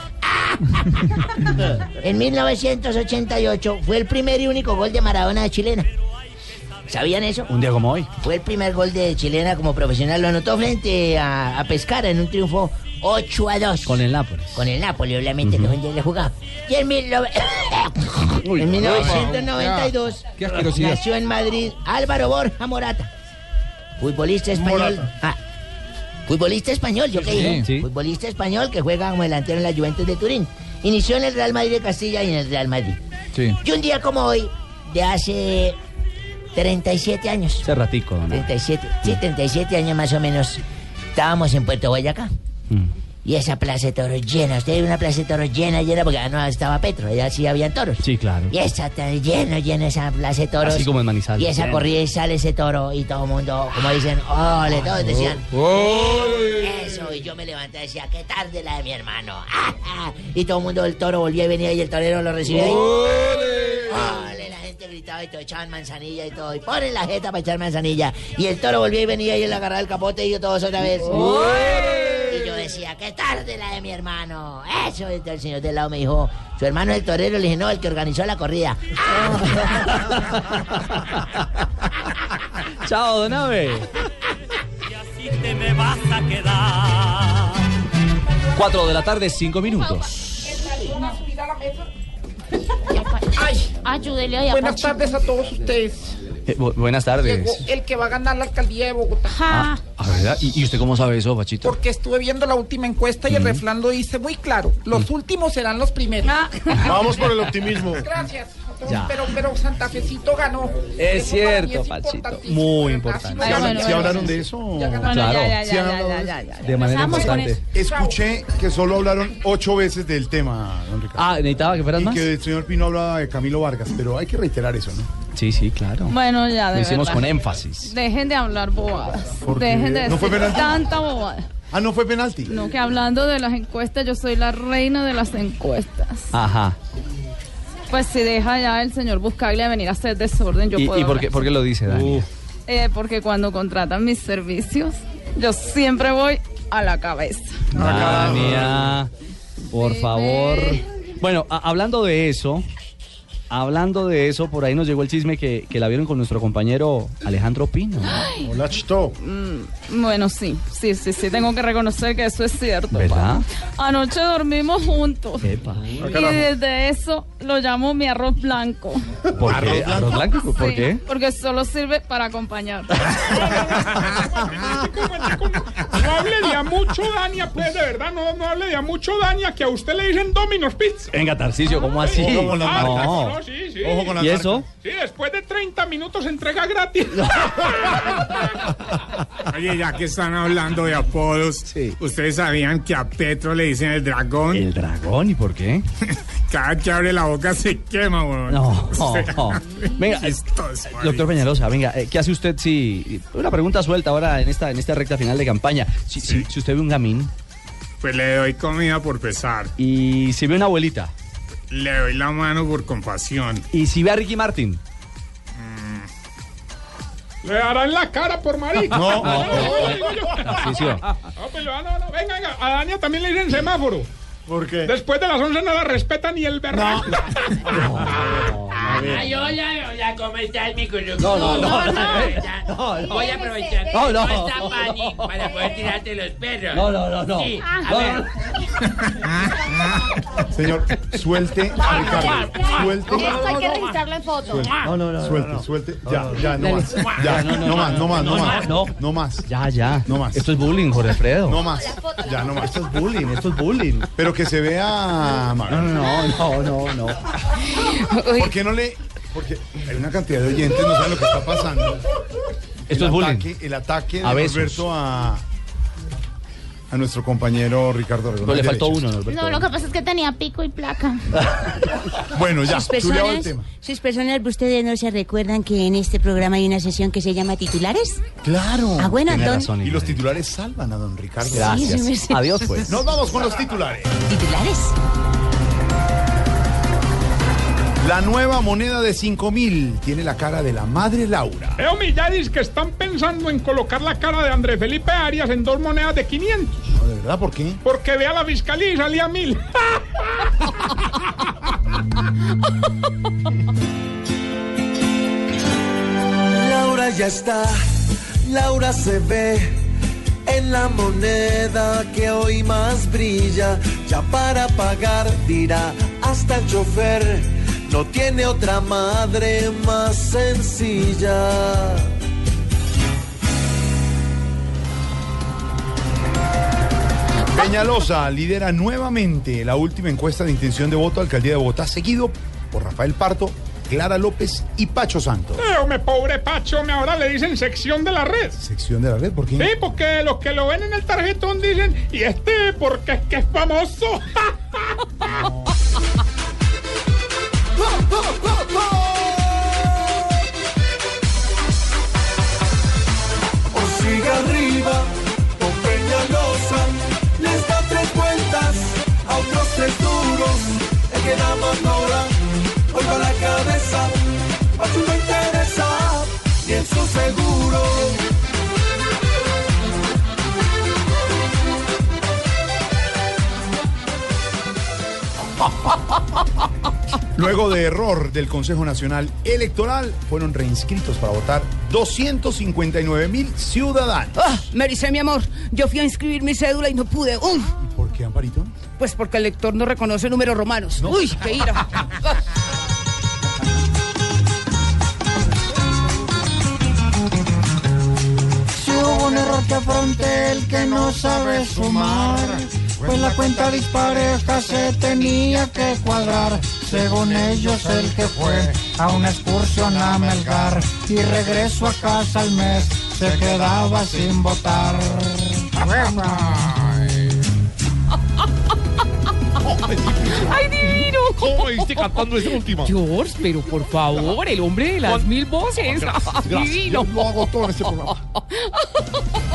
S18: en 1988 fue el primer y único gol de Maradona de Chilena. ¿Sabían eso?
S5: Un día como hoy.
S18: Fue el primer gol de Chilena como profesional. Lo anotó frente a, a Pescara en un triunfo 8 a 2.
S5: Con el Nápoles.
S18: Con el Napoli, obviamente, que fue donde le jugaba. Y en, mil nove- en 1992
S11: Qué asquerosidad.
S18: nació en Madrid Álvaro Borja Morata, futbolista español. Ah, futbolista español, yo qué
S11: Sí,
S18: dije.
S11: sí.
S18: Futbolista español que juega como delantero en la Juventus de Turín. Inició en el Real Madrid de Castilla y en el Real Madrid.
S11: Sí.
S18: Y un día como hoy, de hace 37 años.
S5: Hace ratico, Mm. Don Ave.
S18: 37, sí, 37 años más o menos, estábamos en Puerto Boyacá.
S5: Mm.
S18: Y esa plaza de toros llena, usted ve una plaza de toros llena, llena, porque ya no estaba Petro, ya sí habían toros.
S5: Sí, claro.
S18: Y esa ta- llena, llena esa plaza de toros.
S5: Así como en Manizales.
S18: Y esa
S5: Bien.
S18: corrida y sale ese toro y todo el mundo, como dicen, ole,
S5: Ah,
S18: todos decían,
S5: oh,
S11: ¡Ole!
S18: eso, y yo me levanté y decía, qué tarde la de mi hermano. y todo el mundo, el toro volvía y venía y el torero lo recibía. y- Ole, la gente gritaba y todo, echaban manzanilla y todo. Y ponen la jeta para echar manzanilla. Y el toro volvía y venía y él agarraba el capote y yo todos otra vez. Y yo decía, qué tarde la de mi hermano. Eso, y el señor del lado me dijo, su hermano es el torero. Le dije, no, el que organizó la corrida.
S17: Ah,
S5: Chao, Don Ave.
S27: Y te me vas a quedar.
S5: 4 de la tarde, 5 minutos.
S12: Ay, ayúdele ahí a
S27: Buenas
S12: Pacho.
S27: tardes a todos ustedes.
S5: Eh, bu- buenas
S27: Llegó
S5: tardes.
S27: el que va a ganar la alcaldía de Bogotá.
S12: Ah,
S5: Ah, ¿verdad? ¿Y, y usted cómo sabe eso, Pachito?
S27: Porque estuve viendo la última encuesta y el refrán lo dice muy claro. Los últimos serán los primeros.
S7: Vamos por el optimismo.
S27: Gracias.
S5: Ya.
S27: Pero, pero Santa Fecito ganó.
S5: Es
S27: Eso para mí
S5: cierto, Pachito.
S27: importantísimo.
S5: Muy
S27: Así no
S5: importante.
S27: ganaron.
S5: Bueno,
S7: ¿Se hablaron de eso?
S27: Ya ganaron.
S5: Claro.
S27: Ya, ya, ya,
S7: ¿Se
S27: ya,
S7: hablaron
S27: ya,
S7: de
S27: ya,
S7: eso?
S27: ya, ya.
S5: De manera
S12: Empezamos con
S5: importante.
S7: Escuché que solo hablaron ocho veces del tema, don Ricardo.
S5: Ah, necesitaba que fueran
S7: Y
S5: más.
S7: que el señor Pino hablaba de Camilo Vargas, pero hay que reiterar eso, ¿no?
S5: Sí, sí, claro.
S12: Bueno, ya, de
S5: Lo hicimos
S12: verdad.
S5: con énfasis.
S12: Dejen de hablar bobadas.
S7: ¿Por qué?
S12: Dejen de decir
S7: ¿No fue penalti?
S12: tanta bobada.
S7: Ah, no fue penalti.
S12: No, que hablando de las encuestas, yo soy la reina de las encuestas.
S5: Ajá.
S12: Pues si deja ya el señor Buscaglia a venir a hacer desorden, yo
S5: ¿Y,
S12: puedo.
S5: y por, qué,
S12: hablar.
S5: por qué lo dice, Dani?
S12: Eh, porque cuando contratan mis servicios, yo siempre voy a la cabeza.
S5: Ah. Dania, por favor. Bueno, a- hablando de eso, hablando de eso, por ahí nos llegó el chisme que, que la vieron con nuestro compañero Alejandro Pino.
S7: Hola, Chito.
S12: Mm, Bueno, sí, sí, sí, sí, tengo que reconocer que eso es cierto.
S5: ¿Verdad?
S12: Anoche dormimos juntos.
S5: Epa.
S12: Y desde eso lo llamo mi arroz blanco.
S5: ¿Por qué? ¿Arroz blanco? ¿Por
S12: Sí,
S5: qué?
S12: Porque solo sirve para acompañar.
S27: No hable de a mucho, Dania, pues, de verdad, no, no hable de a mucho, Dania, que a usted le dicen Domino's Pizza.
S5: Venga, Tarcicio, ¿cómo así?
S27: Ah,
S5: No.
S27: sí, sí,
S13: sí.
S5: Ojo con las ¿Y marcas. eso?
S13: Sí, después de 30 minutos entrega gratis.
S32: Oye, ya que están hablando de apodos, ¿ustedes sabían que a Petro le dicen el dragón?
S5: ¿El dragón? ¿Y por qué?
S32: Cada que abre la boca se quema, weón.
S5: No,
S32: O sea,
S5: no. Venga,
S32: chistoso,
S5: Doctor Peñalosa, venga, eh, ¿qué hace usted si... Una pregunta suelta ahora en esta, en esta recta final de campaña. Si, si- si usted ve un gamín
S32: Pues le doy comida por pesar,
S5: y si ve una abuelita
S32: le doy la mano por compasión,
S5: y si ve a Ricky Martin.
S13: Mm. Le darán la cara por marica.
S5: No, no,
S13: Ah,
S5: no,
S13: bueno,
S5: no.
S13: digo yo.
S5: Tarcisio.
S13: No, pues le van a- Venga, venga, a Dania también le dicen semáforo.
S33: ¿Por qué?
S13: Después de las 11 no la respetan ni el berraco.
S18: Ah,
S20: Ay, hola, hola, ¿cómo estás, mi currucucu?
S13: No, no, no,
S20: Hola,
S13: no,
S20: hola. Voy a aprovechar que
S13: No, no.
S20: no está Pani para poder tirarte los perros.
S13: No, no, no, no.
S20: Sí, a
S13: No,
S20: ver.
S34: Señor, suelte a Ricardo. Suelte.
S17: Esto hay que registrarlo en foto.
S34: No, no, no. Suelte, suelte. Ya, ya, no
S5: Dale.
S34: más. Ya, no más, no más, no más.
S5: No,
S34: no más.
S5: Ya, ya.
S34: No más.
S5: Esto es bullying, Jorge Alfredo.
S34: No más. Ya, no más. Esto es bullying, esto es bullying. Pero que se vea. No,
S5: no, no, no, no.
S34: ¿Por qué no le.? Porque hay una cantidad de oyentes, no saben lo que está
S7: Ah,
S34: pasando.
S5: Esto es bullying.
S34: ataque- El ataque de
S5: A besos.
S34: Norberto a. A nuestro compañero Ricardo Arredondo.
S5: No, le faltó
S34: Derechos.
S5: uno, Norberto.
S17: No, lo que pasa es que tenía pico y placa.
S34: Bueno, ya,
S18: Sus
S34: tú le hago el
S18: personas,
S34: tema.
S18: sus personas, ustedes no se recuerdan que en este programa hay una sesión que se llama titulares.
S34: Claro.
S18: Ah, bueno,
S34: Tiene
S18: don-
S34: razón, y los titulares salvan a don Ricardo.
S18: Sí, Gracias. sí, sí. Adiós, pues.
S34: Nos vamos con los titulares.
S18: Titulares.
S34: La nueva moneda de 5000 tiene la cara de la madre Laura.
S13: Veo milladis que están pensando en colocar la cara de André Felipe Arias en dos monedas de 500.
S34: No, de verdad, ¿por qué?
S13: Porque ve a la fiscalía y salía mil.
S35: Laura ya está, Laura se ve en la moneda que hoy más brilla. Ya para pagar dirá hasta el chofer, no tiene otra madre más sencilla.
S34: Peñalosa lidera nuevamente la última encuesta de intención de voto a alcaldía de Bogotá, seguido por Rafael Parto, Clara López y Pacho Santos.
S13: Pero me pobre Pacho, me ahora le dicen sección de la red.
S34: Sección de la red, ¿por qué?
S13: Sí, porque los que lo ven en el tarjetón dicen, y este porque es que es famoso.
S35: O sigue arriba, o Peñalosa, les da tres vueltas a otros tres duros. El que da más mora, hoy va la cabeza, a tu no interesa, ni en su seguro.
S34: Luego de error del Consejo Nacional Electoral, fueron reinscritos para votar 259 mil ciudadanos.
S21: Ah, Maricé, mi amor, yo fui a inscribir mi cédula y no pude. ¡Uf!
S34: ¿Por qué, Amparito?
S21: Pues porque el lector no reconoce números romanos. ¡Uy, qué ira!
S35: Si hubo un error que afronté el que no sabe sumar, pues la cuenta dispareja se tenía que cuadrar. Según ellos el que fue a una excursión a Melgar y regreso a casa al mes se quedaba sin votar.
S21: ¡Ay, divino! ¿Cómo viste cantando esa última? George, pero por favor, el hombre de las mil voces.
S34: Gracias, gracias.
S21: Divino.
S34: Yo lo hago todo en este programa.